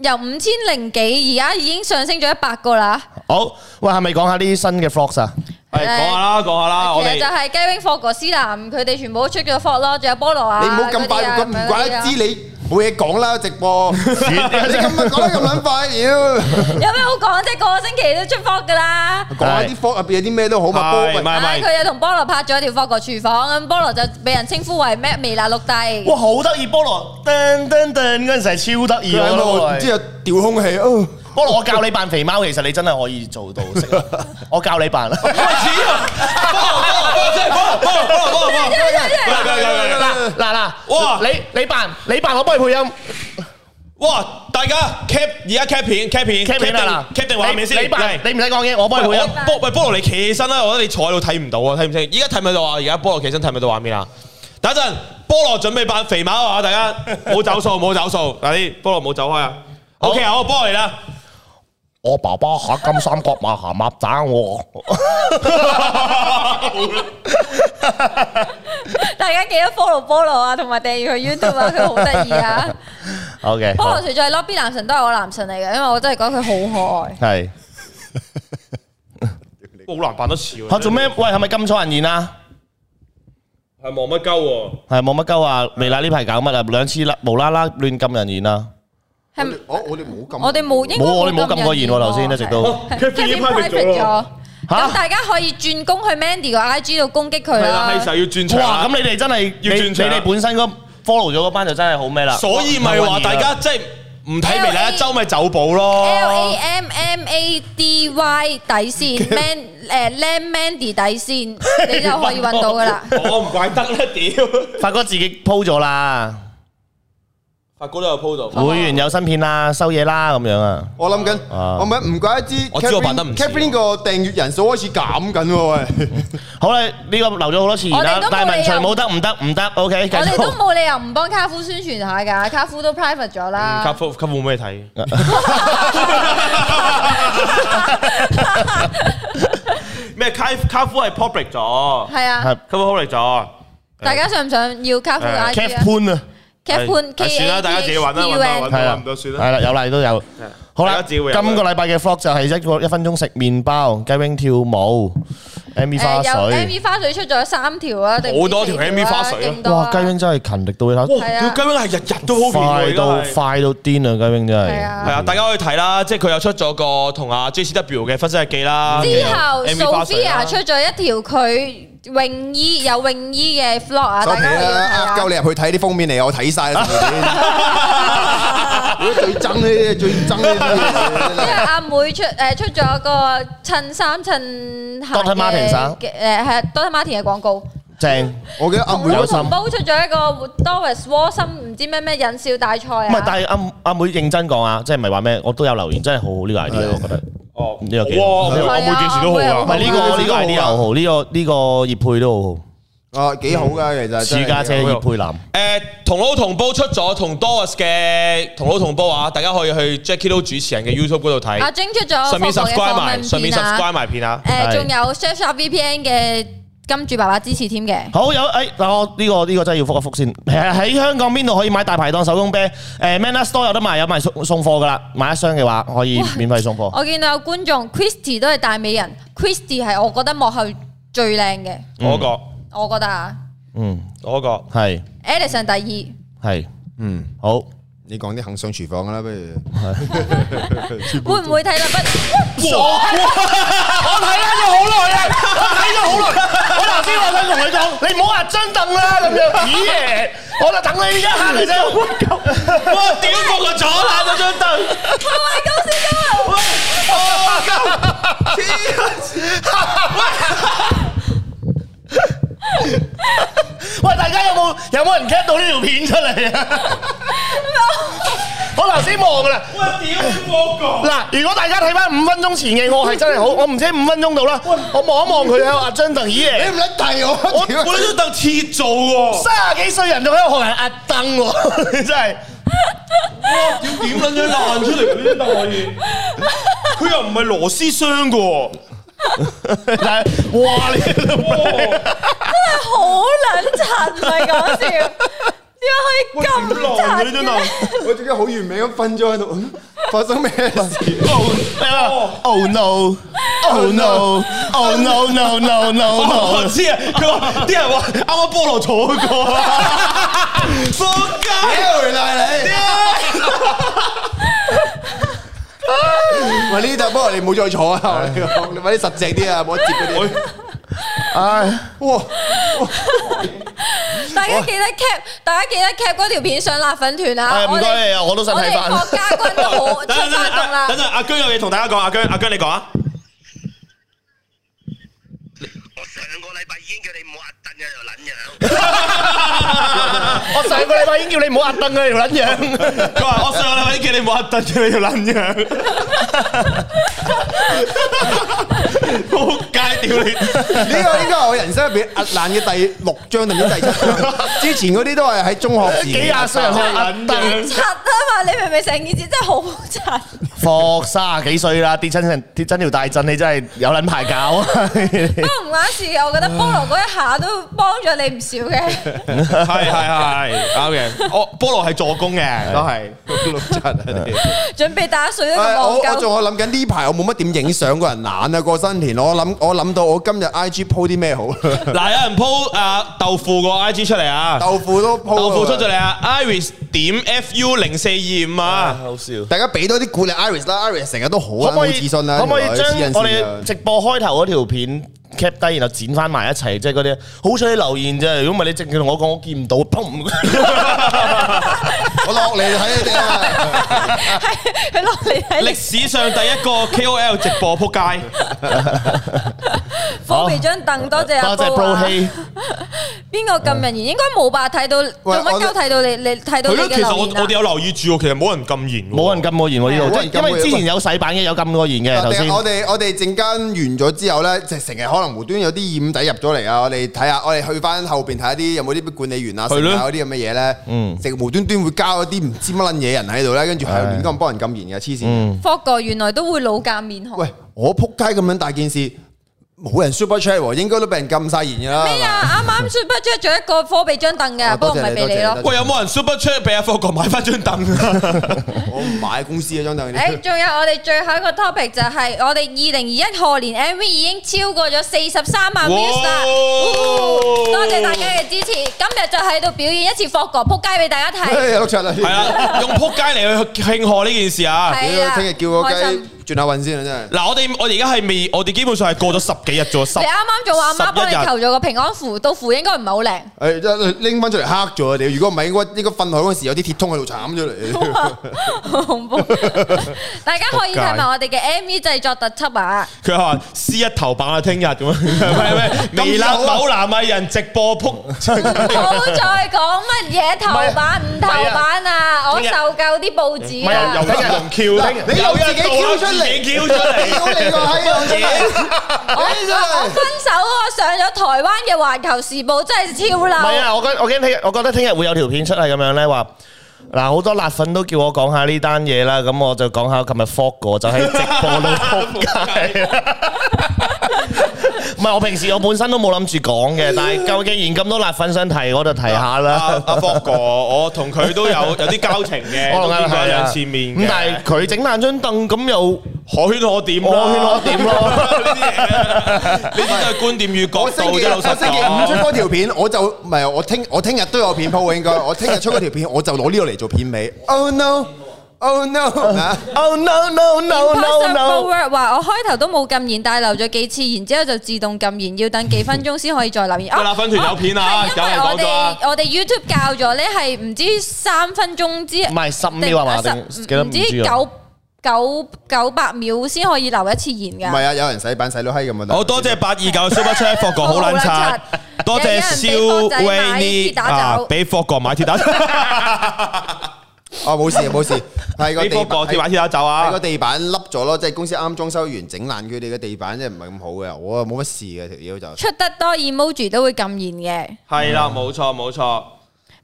由五千零幾，而家已經上升咗一百個啦。好，喂，係咪講下呢啲新嘅 vlogs <laughs> 啊？係講下啦，講下啦，其啊我實就哋係雞 wing f o 哥斯南，佢哋全部都出咗 f o 咯，仲有菠蘿啊。你唔好咁快，咁唔怪得知你冇嘢講啦，直播。你咁快講得咁撚快，屌！有咩好講啫？個個星期都出 f o 噶啦。講下啲科入邊有啲咩都好嘛，波係唔咪係唔唉，係？佢又同菠蘿拍咗條 f o 個廚房咁，菠蘿就俾人稱呼為咩微辣六弟。哇，好得意菠蘿，噔噔噔嗰陣時係超得意佢喺度我啊然覺之得後調空氣，哦，菠蘿，我教你扮肥貓，其實你真係可以做到。識啊我教你 <laughs> 扮。嗱嗱嗱嗱嗱嗱嗱，哇你你扮你扮，我幫你配音。哇！大家 cap 而家 cap 片 cap 片 cap 片啊定 cap 定畫面先你扮啊嚟你唔使講嘢，我幫你喂配我音。菠喂菠蘿，你企起身啦！我覺得你坐喺度睇唔到啊，睇唔清。而家睇唔睇到啊？而家菠蘿企起身睇唔睇到畫面啊？等一陣，菠蘿準備扮肥貓啊！大 <laughs> 家冇走數，冇走數。嗱，啲菠蘿冇走開啊。OK 啊，我菠蘿嚟啦。我爸爸下金三角馬行鴨仔 <laughs> 我。大家記得 follow 菠蘿啊，同埋訂閱佢 <laughs> YouTube 啊，佢好得意 <laughs> 啊！ O K，菠蘿除咗係 lobby 男神，都係我男神嚟嘅，因為我真係覺得佢好可愛。係好難扮得似喎。嚇做咩？喂，係咪禁錯人言啊？係望乜鳩喎？係冇乜鳩啊！微辣呢排搞乜啊？兩次啦，無啦啦亂禁人言啊！係咪我我哋冇咁，我哋冇應該冇我哋冇禁過言喎，頭先一直都 <laughs> <laughs> 係 Kevin private 咗。嚇咁大家可以轉攻去 Mandy 個 IG 度攻擊佢係啦，啦係。時候要轉場哇！啦。咁你哋真係你要轉你場哋本身嗰 follow 咗嗰班就真係好咩啦？所以咪話啊大家即係唔睇微辣一周咪走寶 L 咯 A。M M A D Y 底 <laughs> 線，Man 誒 Lam Mandy 底線，你就可以揾到 <laughs> 噶啦。 <laughs> 我唔怪得啦，屌！發哥自己 po 咗啦，發哥都有 po 到。會員有新片啦，收嘢啦咁樣啊！我諗緊，啊我咪唔怪得知我知我扮得唔似 ừ, Catherine 個訂閱人數開始減緊喎，喂，好啦，呢個留咗好多次言啦我哋都冇理，由大文除冇得唔得唔得，OK，繼我哋 <laughs> 都續。冇理由唔幫卡夫宣傳下㗎，卡夫都 private 咗嗯啦。嗯卡夫卡夫冇咩睇？咩卡卡夫係 public 咗，係啊係，卡夫 public 咗。大家想唔想要卡夫嘅 I G Kev 啊潘啊， ？Cap 潘 K 係算啦，大家自己揾 E 啦，揾到揾到係啦揾唔到算啦。係啦，有啦都有。好大啦，家自今己會個有禮拜嘅 vlog 就係一個一分鐘食麵包、雞 wing 跳舞、M V 花有水 M。V 花水出咗三條啊，定唔知好多條四啊 MV 花水啊勁多啊哇！雞 wing 真係勤力到你睇，哇！係啊屌，今日係日日都 po 快片喎，到而家係快到癲啊！雞 wing 真係係。係啊。啊，大家可以睇啦，即係佢又出咗個同阿 JCW 嘅分析日記啦。之後 MV 花絮啦 Sophia 出咗一條佢啊泳衣有泳衣嘅 vlog 啊，收大皮家可以睇啦，下呃鳩你入去睇啲封面嚟，我睇 <laughs> 晒啦，同你最憎呢啲，最憎呢因為啲。阿妹出誒出咗個襯衫襯鞋 Dr. Martens 啊嘅衫嘅誒係啊 Doctor Martin 嘅廣告，正。我記得阿同妹有老心同煲出咗一個 Doris 窩心唔知咩咩引笑大賽啊，唔係，但係阿阿妹認真講啊，即係唔係話咩？我都有留言，真係好好呢個 idea，係我覺得。哦，呢個幾哇！好我每我每件事都係啊好唔噶係呢個呢個好啊 idea 好好，呢個呢個業配都好啊幾好噶，其實好，真係私家車好業配男。誒，同老同煲出咗同 Doris 嘅同老同煲啊，大家可以去 Jackie Lou 主持人嘅 YouTube 嗰度睇，阿晶出咗順便放過嘅 subscribe 埋，訪問順便片啊 subscribe 埋片啊。誒，係仲有 Search Up VPN 嘅金主爸爸支持添嘅。好有誒嗱，我呢個呢個真係要覆一覆先。 <laughs> 誒喺香港邊度可以買大排檔手工啤？誒 Manner Store 有得賣，有賣送送貨噶啦。買一箱嘅話可以免費送貨。我見到有觀眾 Christy 都係大美人，Christy 係我覺得幕後最靚嘅，我嗰個我覺得啊。嗯，我嗰係 Edison 第二，係嗯，好。你講啲肯上廚房噶啦，不如會唔會睇蠟筆？我頭先我想同佢講，你唔好話張凳啦咁樣。咦耶！我就等你一下嘅啫。哇！屌服個左啦嗰張凳。喂，大家有冇有冇人 cap 到呢條片出嚟 <laughs> 啊？我頭先望噶啦。個，我屌你我個，嗱，如果大家睇翻五分鐘前嘅我係真 <laughs> 係好，我唔知五分鐘到啦，我望一望佢喺度壓張凳椅嚟，你唔撚提我，我屌我呢張凳鐵做喎，三十幾歲人仲喺度學人壓凳喎， <laughs> 真係屌點撚樣爛出嚟呢張凳可以？佢又唔係螺絲箱嘅喎，嗱，哇你好撚塵，唔係講笑，點解 <laughs> 可以爛咁嘅呢塵張嘅凳？我仲要好完美咁瞓咗喺度，嗯發生咩事？ ，Oh oh no oh no oh no no no no 我 no，知啊，佢話啲人話啱啱菠蘿坐嗰個啊，仆街！ <laughs> 屌原來 <laughs> 你，喂呢度，不過你唔好再坐啊！我哋講你快啲實淨啲啊，冇得接嗰啲。唉，哇！大家記得 cap，大家記得 cap 嗰條片上辣粉團啊！唉唔我該你哋啊，我都想我睇哋翻。霍家軍都好出等陣等翻動陣，啦等。陣阿姜有嘢同大家講，阿姜阿姜你講啊，我上個禮拜已經叫你唔好壓凳嘅又撚樣，我上個禮拜已經叫你唔好壓凳嘅條撚樣，佢話我上個禮拜叫你冇核突嘅你條撚樣，仆街屌你！呢個應該係我人生入邊壓爛嘅第六張定唔知第七 <laughs> 張，之前嗰啲都係喺中學時期幾廿歲人學壓凳。柒啊嘛！你明唔明成件事真係好柒？霍卅幾歲啦，跌親成跌親條大震，你真係有撚排搞 <laughs> 啊！ <laughs> 不過唔關事嘅，我覺得菠蘿嗰一下都幫咗你唔少 <laughs> 嘅。係係係啱嘅。我菠蘿係助攻嘅，都係六七啊你。準備打水都咁唉戇我我鳩 <laughs> 仲。我諗緊呢排我冇乜點影相，個人懶啊過新年，我諗我諗到我今日 I G 鋪啲咩好， <laughs> 嗱，有人 po 啊豆腐個 I G 出嚟啊，豆腐都鋪，豆腐出咗，嚟啊，Iris 點 F U 零四二五啊，好笑。大家俾多啲鼓勵 Iris 啦，Iris 成日都好可啊，唔可冇以自信啦，可唔可以原來將黐人線我啊哋直播開頭嗰條片 cap 低，然後剪翻埋一齊，即係嗰啲好彩你留言啫。如果唔係你直接同我講，我見唔到，砰！我落嚟睇你哋啊！佢落嚟喺歷史上第一個 K O L 直播撲街，放備張凳，多謝阿多謝 Bro 啊 Hey，邊個咁人言？應該冇吧？睇到做乜鳩睇到你？你睇到係你咯，嘅其實我留我哋言啊？有留意住喎，其實冇人禁言喎，冇人禁我言喎呢度，冇人即係禁因我言為之前有洗版嘅，有禁我言嘅頭我先哋。我哋我哋陣間完咗之後咧，就成日可能無端有啲二五仔入咗嚟啊！我哋睇下，我哋去翻後邊睇下啲有冇啲管理員啊、係成咯啊嗰啲咁嘅嘢咧，成日無端端會交一啲唔知乜撚嘢人喺度咧，跟住係亂咁幫人禁言嘅，黐線！霍哥原來都會老鑑面紅。喂，我撲街咁樣大件事，冇人 super chat 喎，應該都俾人禁晒言㗎啦。咩啊？啱啱 super chat 咗一個科備張凳嘅，啊不過多唔謝係你俾你多謝你咯。喂，有冇人 super chat 俾阿霍哥買翻張凳 <laughs> 啊？我唔買公司嗰啊張 <laughs> 凳。誒，仲有我哋最後一個 topic 就係我哋二零二一賀年 MV 已經超過咗四十三萬 views 啦，哇多謝大家嘅支持。今日就喺度表演一次霍哥撲街俾大家 <laughs> 睇，哎碌柒啦，哎係啦，用撲街嚟去慶賀呢件事啊！啊係啊，聽日叫個開心雞轉下運先啊，真係。嗱，我哋我哋而家係未，我哋基本上係過咗十幾日咗，十你啱啊啱仲話阿媽幫你11日求咗個平安符，到符應該唔係好靚。誒，一哎拎翻出嚟黑咗啊！屌，如果唔係應該應該瞓海嗰陣時有啲鐵通喺度慘 <laughs> 咗嚟。 <laughs> 好恐怖！ <laughs> 大家可以睇埋我哋嘅 MV 製作特輯啊！佢話撕一頭版啊，聽日咁 <laughs> 樣，係咪？微辣某男藝人直播撲，唔好再講乜嘢頭版唔頭版啊！我受夠啲報紙又又啊！用 Q，你又自己 Q 出嚟啊自己 Q 出嚟， <laughs> 屌你個閪啊！真係，你真我係分手我上咗台灣嘅《環球時報》，真係超唔係嬲！啊，我覺我驚聽，我覺得聽日會有條片出嚟咁樣咧話。嗱，好多辣粉都叫我講下呢單嘢啦，咁我就講 <laughs> 下琴日 fog 過，就喺直播度仆街。唔係我平時我本身都冇諗住講嘅，但 <laughs> 係究竟然咁多辣粉想提，我就提下啦阿。阿霍哥，我同佢都有有啲交情 <laughs> 嘅，我都同佢見過係一兩啊次面咁但係嘅，佢整爛張凳咁又可圈可點啦我圈我點咯。呢啲嘢呢啲都係觀點與角我星度期啫，老實我星期五出講。嗰條片，我就唔係我聽我聽日都有片鋪應該，我聽日出嗰條片我就攞呢個嚟做片尾。Oh no! Oh no! 啊 Oh no no no no Impossible no！ word 話我開頭都冇禁言，但係留咗幾次，然之後就自動禁言，要等幾分鐘先可以再留言。喂辣粉團有片啊哦係因為有人講我咗啊哋我哋 YouTube 教咗咧，係唔知三分鐘之唔係15秒啊嘛定定十幾多唔唔知知啊九九九百秒先可以留一次言唔㗎。係啊，有人洗版洗到閪咁啊！好多謝八二九 Super Chat，霍哥好好撚撚柒柒，多有謝人俾霍仔 Shu 買 Winnie 鐵打酒啊，俾霍哥買鐵 <laughs> 打酒，哦，冇事冇事，係個俾霍哥地板鐵買鐵打酒係個啊！地板凹咗咯，即係公司啱裝修完整爛佢哋嘅地板，即係唔係咁好嘅。我啊冇乜事嘅條腰就。出得多 emoji 都會禁言嘅。係啦，冇錯冇錯。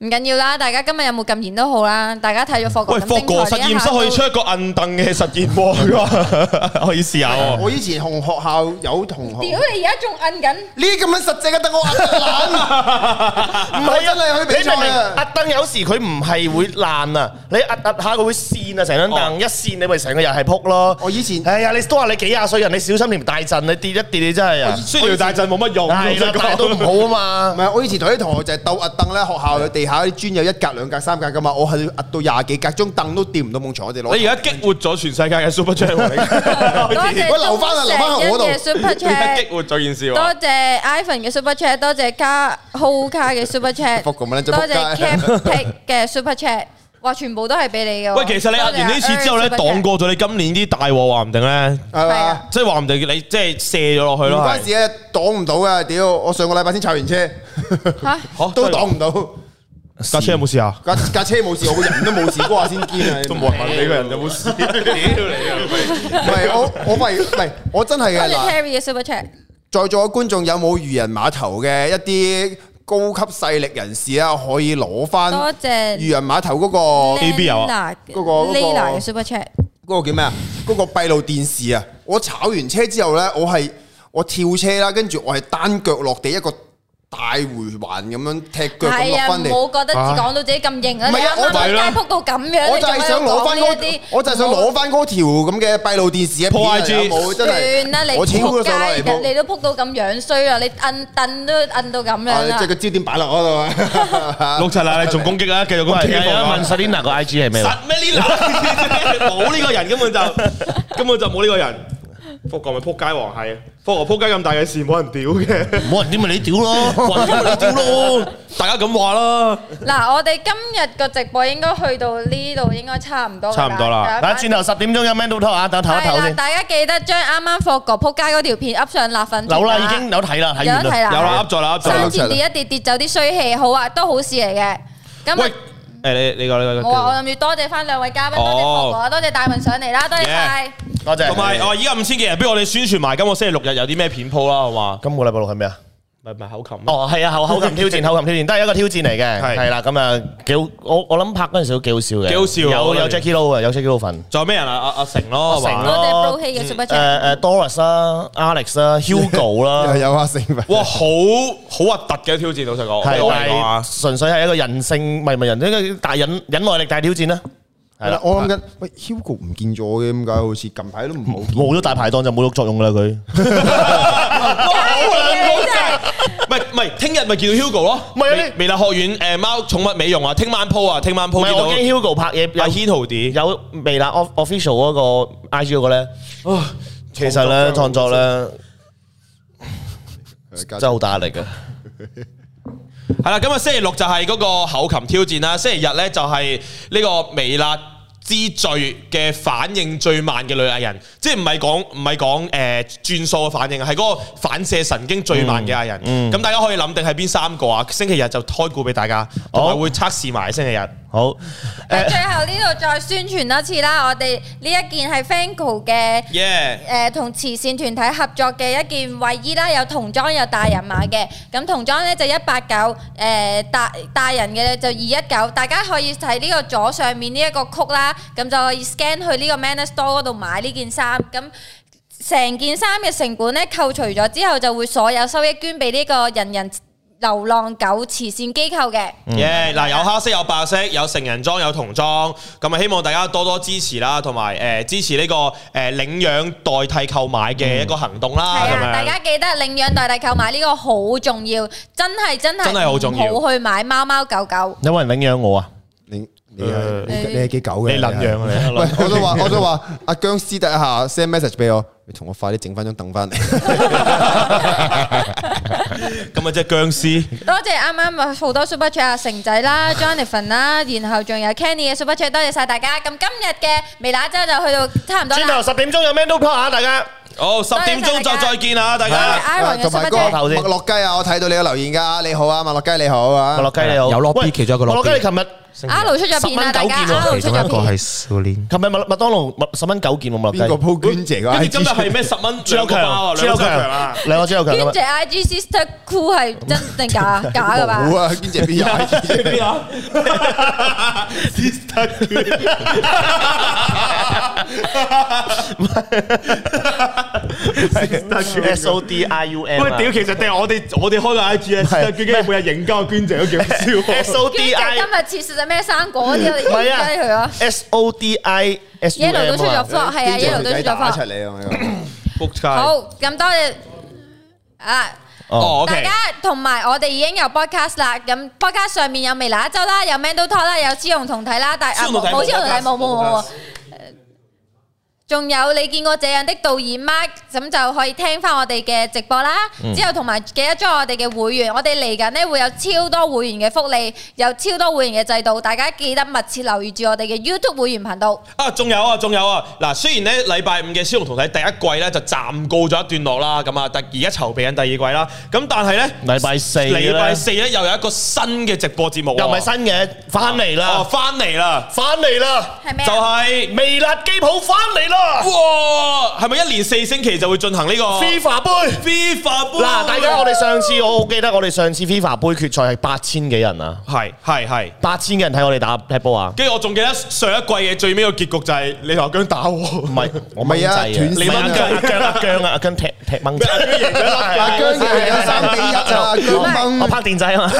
唔緊要啦，大家今日有冇禁言都好啦，大家睇咗霍哥喂，咁霍哥實精彩呢一驗下室可以出一個摁凳嘅實驗喎， <laughs> 可以試下喎。我以前同學校有同都學，屌呢你而家仲摁緊，啲咁樣實際嘅得我壓得爛，唔係真係去比你明唔賽明啊！壓凳有時佢唔係會爛啊，你壓壓下佢會跣啊，成張凳一跣你咪成個人係仆咯。我以前哎呀，你都話你幾廿歲人，你小心連大陣，你跌一跌你真係啊，雖然大陣冇乜用，係啦，但係都唔好啊唔嘛。係，我以前同啲同學就係鬥壓凳咧，學校嘅地下啲磚有一格、兩格、三格噶嘛，我係壓到廿幾格，張凳都掂唔到埲牆，我哋攞。你而家激活咗全世界嘅 Super Chat 喎 <laughs> 你 <laughs> 多謝喂留返啊留返喺我度鍾石欣嘅 Super 你而家 Chat 激。活咗件事多喎。謝 Ivan 嘅 Super Chat，多謝卡 Ho 卡嘅 Super Chat，福咁樣真多仆街謝 Cap Pick 嘅 Super Chat，哇，全部都係俾你嘅喎。喂，其實你壓完呢次之後咧，多謝 Iron Super Chat 擋過咗你今年啲大禍，話唔定咧，係係嘛啊？即係話唔定你即係射咗落去唔咯。關事啊，擋唔到啊！屌，我上個禮拜先炒完車， <laughs> 嚇嚇都擋唔到。係架車有冇事啊？架架車冇事，我個人都冇事，嗰下先 <laughs> 堅啊！ <laughs> 問你個人有冇事。唔係我我咪唔係我 <laughs> 真係多謝嘅嗱， Terry 嘅 Super Chat，在座嘅觀眾有冇漁人碼頭嘅一啲高級勢力人士啊，可以攞翻多謝漁人碼頭嗰個 AB 有啊嗰個嗰個 Lena 嘅 Super Chat，嗰個叫咩啊？嗰個閉路電視啊！我炒完車之後呢，我係我跳車啦，跟住我係單腳落地一個大回環咁樣踢腳咁係落啊，翻嚟。唔好覺得自己講到自己咁型啊！唔你係啱啊啱我就喺係街撲到咁樣，我就係想攞翻你仲喺度講呢一嗰啲，我就係想攞翻嗰條咁嘅閉路電視嘅破 IG 片啊有冇真係算啦，你我超撲咗上嚟街，你鋪，都撲到咁樣衰啦，你摁凳都摁到咁樣啊啦即係。個焦點擺落嗰 <laughs> 度啊！六七 <laughs> 啦，你仲攻擊啊？繼續攻喂，擊係啊，問啊！ Selina 個 IG 係咩話？實咩呢男？冇呢個人根本就根本就冇呢個人。福哥咪撲街王係，福哥撲街咁大嘅事冇人屌嘅， <laughs> 冇人點咪你屌咯，冇人點咪你屌咯。大家咁話啦。嗱，我哋今日個直播應該去到呢度，應該差唔多㗎。差唔多啦大嗱，家轉頭十點鐘有 Man Do Talk 啊，等唞一係唞啦，先。大家記得將啱啱霍哥撲街嗰條片 up 上辣粉團啊。有啦，已經有睇啦，睇完有得睇啦啦。有啦，噏咗啦，噏咗啦生。前跌一跌，跌走啲衰氣，好啊，都好事嚟嘅。咁啊喂，誒你你個你個。我話我諗住多謝翻兩位嘉賓，多謝霍哥啊，多謝大文上嚟啦，多謝晒。多謝。同埋哦，而家五千幾人，不如我哋宣傳埋今個星期六日有啲咩片鋪啦，好嘛？今個禮拜六係咩啊？咪咪口琴咯。哦，係啊，後後勤挑戰，後勤挑戰都係一個挑戰嚟嘅，係係啦，咁啊幾好，我我諗拍嗰陣時都幾好笑嘅，幾好笑啊有我覺有得 Jackie Lou 啊，有 Jackie Lou 份，仲有咩人啊？阿阿成咯，係阿成嘛咯多謝 Bro He 嘅 Super 誒 Chat。誒 Doris 啦、Alex 啦、Hugo 又啦，有啊阿成份哇，好好核突嘅挑戰，老實 <laughs> 講，係我嚟講但啊，係純粹係一個人性，唔係唔係人，一個大忍忍耐力大挑戰啦，係係啦啦，，我諗緊，喂，Hugo 唔見咗嘅，點解好似近排都唔好冇咗大排檔就冇咗作用㗎啦佢，唔係唔係，聽日咪見到 Hugo 咯，唔係啊微微辣學院誒貓寵物美容啊，聽晚鋪啊，聽晚唔鋪係我見驚 Hugo 拍嘢到阿有 h i t o d 有微辣 off- official 嗰個 IG 嗰個咧，其實咧創作咧 <laughs> 真係好大壓力嘅。係啦，咁啊星期六就係嗰個口琴挑戰啦，星期日咧就係呢個微辣之最嘅反應最慢嘅女藝人，即係唔係講唔係講誒轉數嘅反應，係嗰個反射神經最慢嘅藝人。咁、大家可以諗定係邊三個啊？星期日就開估俾大家，同埋好會測試埋星期日。好，咁誒最後呢度再宣傳多次啦，我哋呢一件係 Fanco 嘅。耶、誒同慈善團體合作嘅一件衞衣啦，有童裝有大人碼嘅，咁童裝咧就一八九，誒大大人嘅就二一九，大家可以睇呢個左上面呢一個曲啦，咁就可以 scan 去呢個 Manner Store 嗰度買呢件衫，咁。成件衫嘅成本咧扣除咗之後，就會所有收益捐俾呢個人人流浪狗慈善機構嘅。耶！嗱，有黑色，有白色，有成人裝，有童裝，咁啊，希望大家多多支持啦，同埋誒支持呢個誒領養代替購買嘅一個行動啦，係咁啊，大樣家記得領養代替購買呢個好重要，真係真係真係好重要唔好去買貓貓狗狗。有冇人領養我啊？你你係誒你你係幾狗嘅？你能養啊你喂， <laughs> 我都話我都話阿姜私底下 send message 俾我，你同我快啲整翻張凳翻嚟。咁啊，即係僵屍。多謝啱啱好多 super chat 阿成仔啦、Jonathan 啦，然後仲有 Kenny 嘅 super chat，多謝晒大家。咁今日嘅微辣周就去到差唔多轉啦頭。十點鐘有 Man Do Park 啊，大家。好，十點鐘就再見啦，大家。 <laughs> Iron 嘅啊同 super 埋個 chat。頭先麥樂雞啊，我睇到你嘅留言㗎，你好啊，麥樂雞你好啊，麥樂雞你好，有 lobby，喂其中一個 lobby 麥樂雞你琴日，阿盧出咗片啦，啊大家阿盧其出中一咗個係片，少年，琴日麥麥當勞麥十蚊九件喎麥邊個樂雞。鋪娟姐㗎？跟住今日係咩？十蚊朱友兩個包啊，強，朱兩友個張強強啊。，兩個朱友強娟咁姐 IG sister cool 係真定假假噶吧？冇啊，娟姐邊有 IG？邊啊？Sister S O D I U M 啊。其實定係我啊哋我哋開個 I G 係每日影交捐贈都 <laughs> 幾好笑 S O 娟 D 姐 I 啊今日切實咩生果嗰啲，我唔哋係影低佢啊啊！ ，S O D I S U M 啊 Yellow 都出咗 vlog，係啊娟姐，Yellow 都出咗條仔打 vlog 出。嚟啊！我仆街。好，咁多謝啊！哦大，OK 家。同埋我哋已經有 podcast 啦，咁 podcast 上面有微辣一周啦，有 Man Do Talk 啦，有雌雄同體啦，但啊雌雄同體冇冇雌雄同體 podcast，冇冇冇冇冇。誒仲有你見過這樣的導演 Mark，咁就可以聽翻我哋嘅直播啦。嗯之後同埋記得 join 我哋嘅會員，我哋嚟緊呢會有超多會員嘅福利，有超多會員嘅制度，大家記得密切留意住我哋嘅 YouTube 會員頻道。啊，仲有啊，仲有啊！嗱，雖然咧禮拜五嘅《消融同體》第一季咧就暫告咗一段落啦，咁啊，但而家籌備緊第二季啦，咁但係咧禮拜四啦禮拜四咧又有一個新嘅直播節目喎，又唔係新嘅，翻嚟哦，啦，翻嚟啦，翻嚟啦，係咩就啊？係、微辣機鋪翻嚟啦哇，係咪一連四星期就會進行呢個，FIFA 杯。 FIFA 杯？嗱，大家我哋上次我好記得，我哋上次 FIFA 杯決賽係八千幾人啊，係係係。八千幾人睇我哋打踢波啊，跟住我仲記得上一季嘅最尾個結局就係你同阿姜打我 <laughs> 唔，係我唔係啊掹掣斷你掹線阿姜阿姜啊，阿姜踢踢掹掣，阿姜姐有三比一啊，à? 姜我崩拍電仔啊嘛，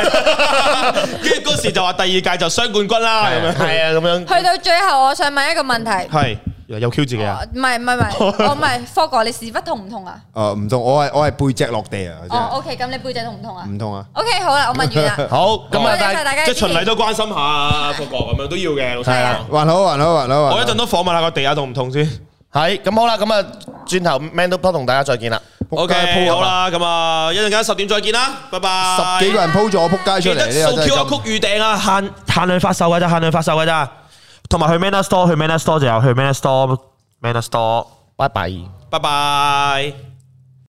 跟住嗰時就話第二屆就雙冠軍啦咁樣。係啊咁樣，去到最後，我想問一個問題。係有 Q 自己啊！哦唔係唔係唔係，我哦唔係科哥，你屎忽痛唔痛啊？哦唔同，我係我係背脊落地啊，真哦係，OK，咁你背脊痛唔痛啊唔痛啊！ ？OK，好啦，我問完啦。好咁多啊，謝晒大家即嘅係支循持例都關心下啊個個咁樣都要嘅，老係實啊講。還好還好還好，還好我一陣都訪問下個地下痛唔痛先。係咁好啦，咁啊轉頭 Man Do Pod 同大家再見啦。仆 OK，街鋪好啦，咁啊，一陣間十點再見啦，拜拜。十幾個人鋪咗我仆街記出嚟，得呢個掃真 Q 係啊咁曲預訂啊，限限量發售㗎咋，限量發售㗎咋，同埋去 Manner Store，去 Manner Store 就有去 Manner Store，Manner Store。拜拜。拜拜。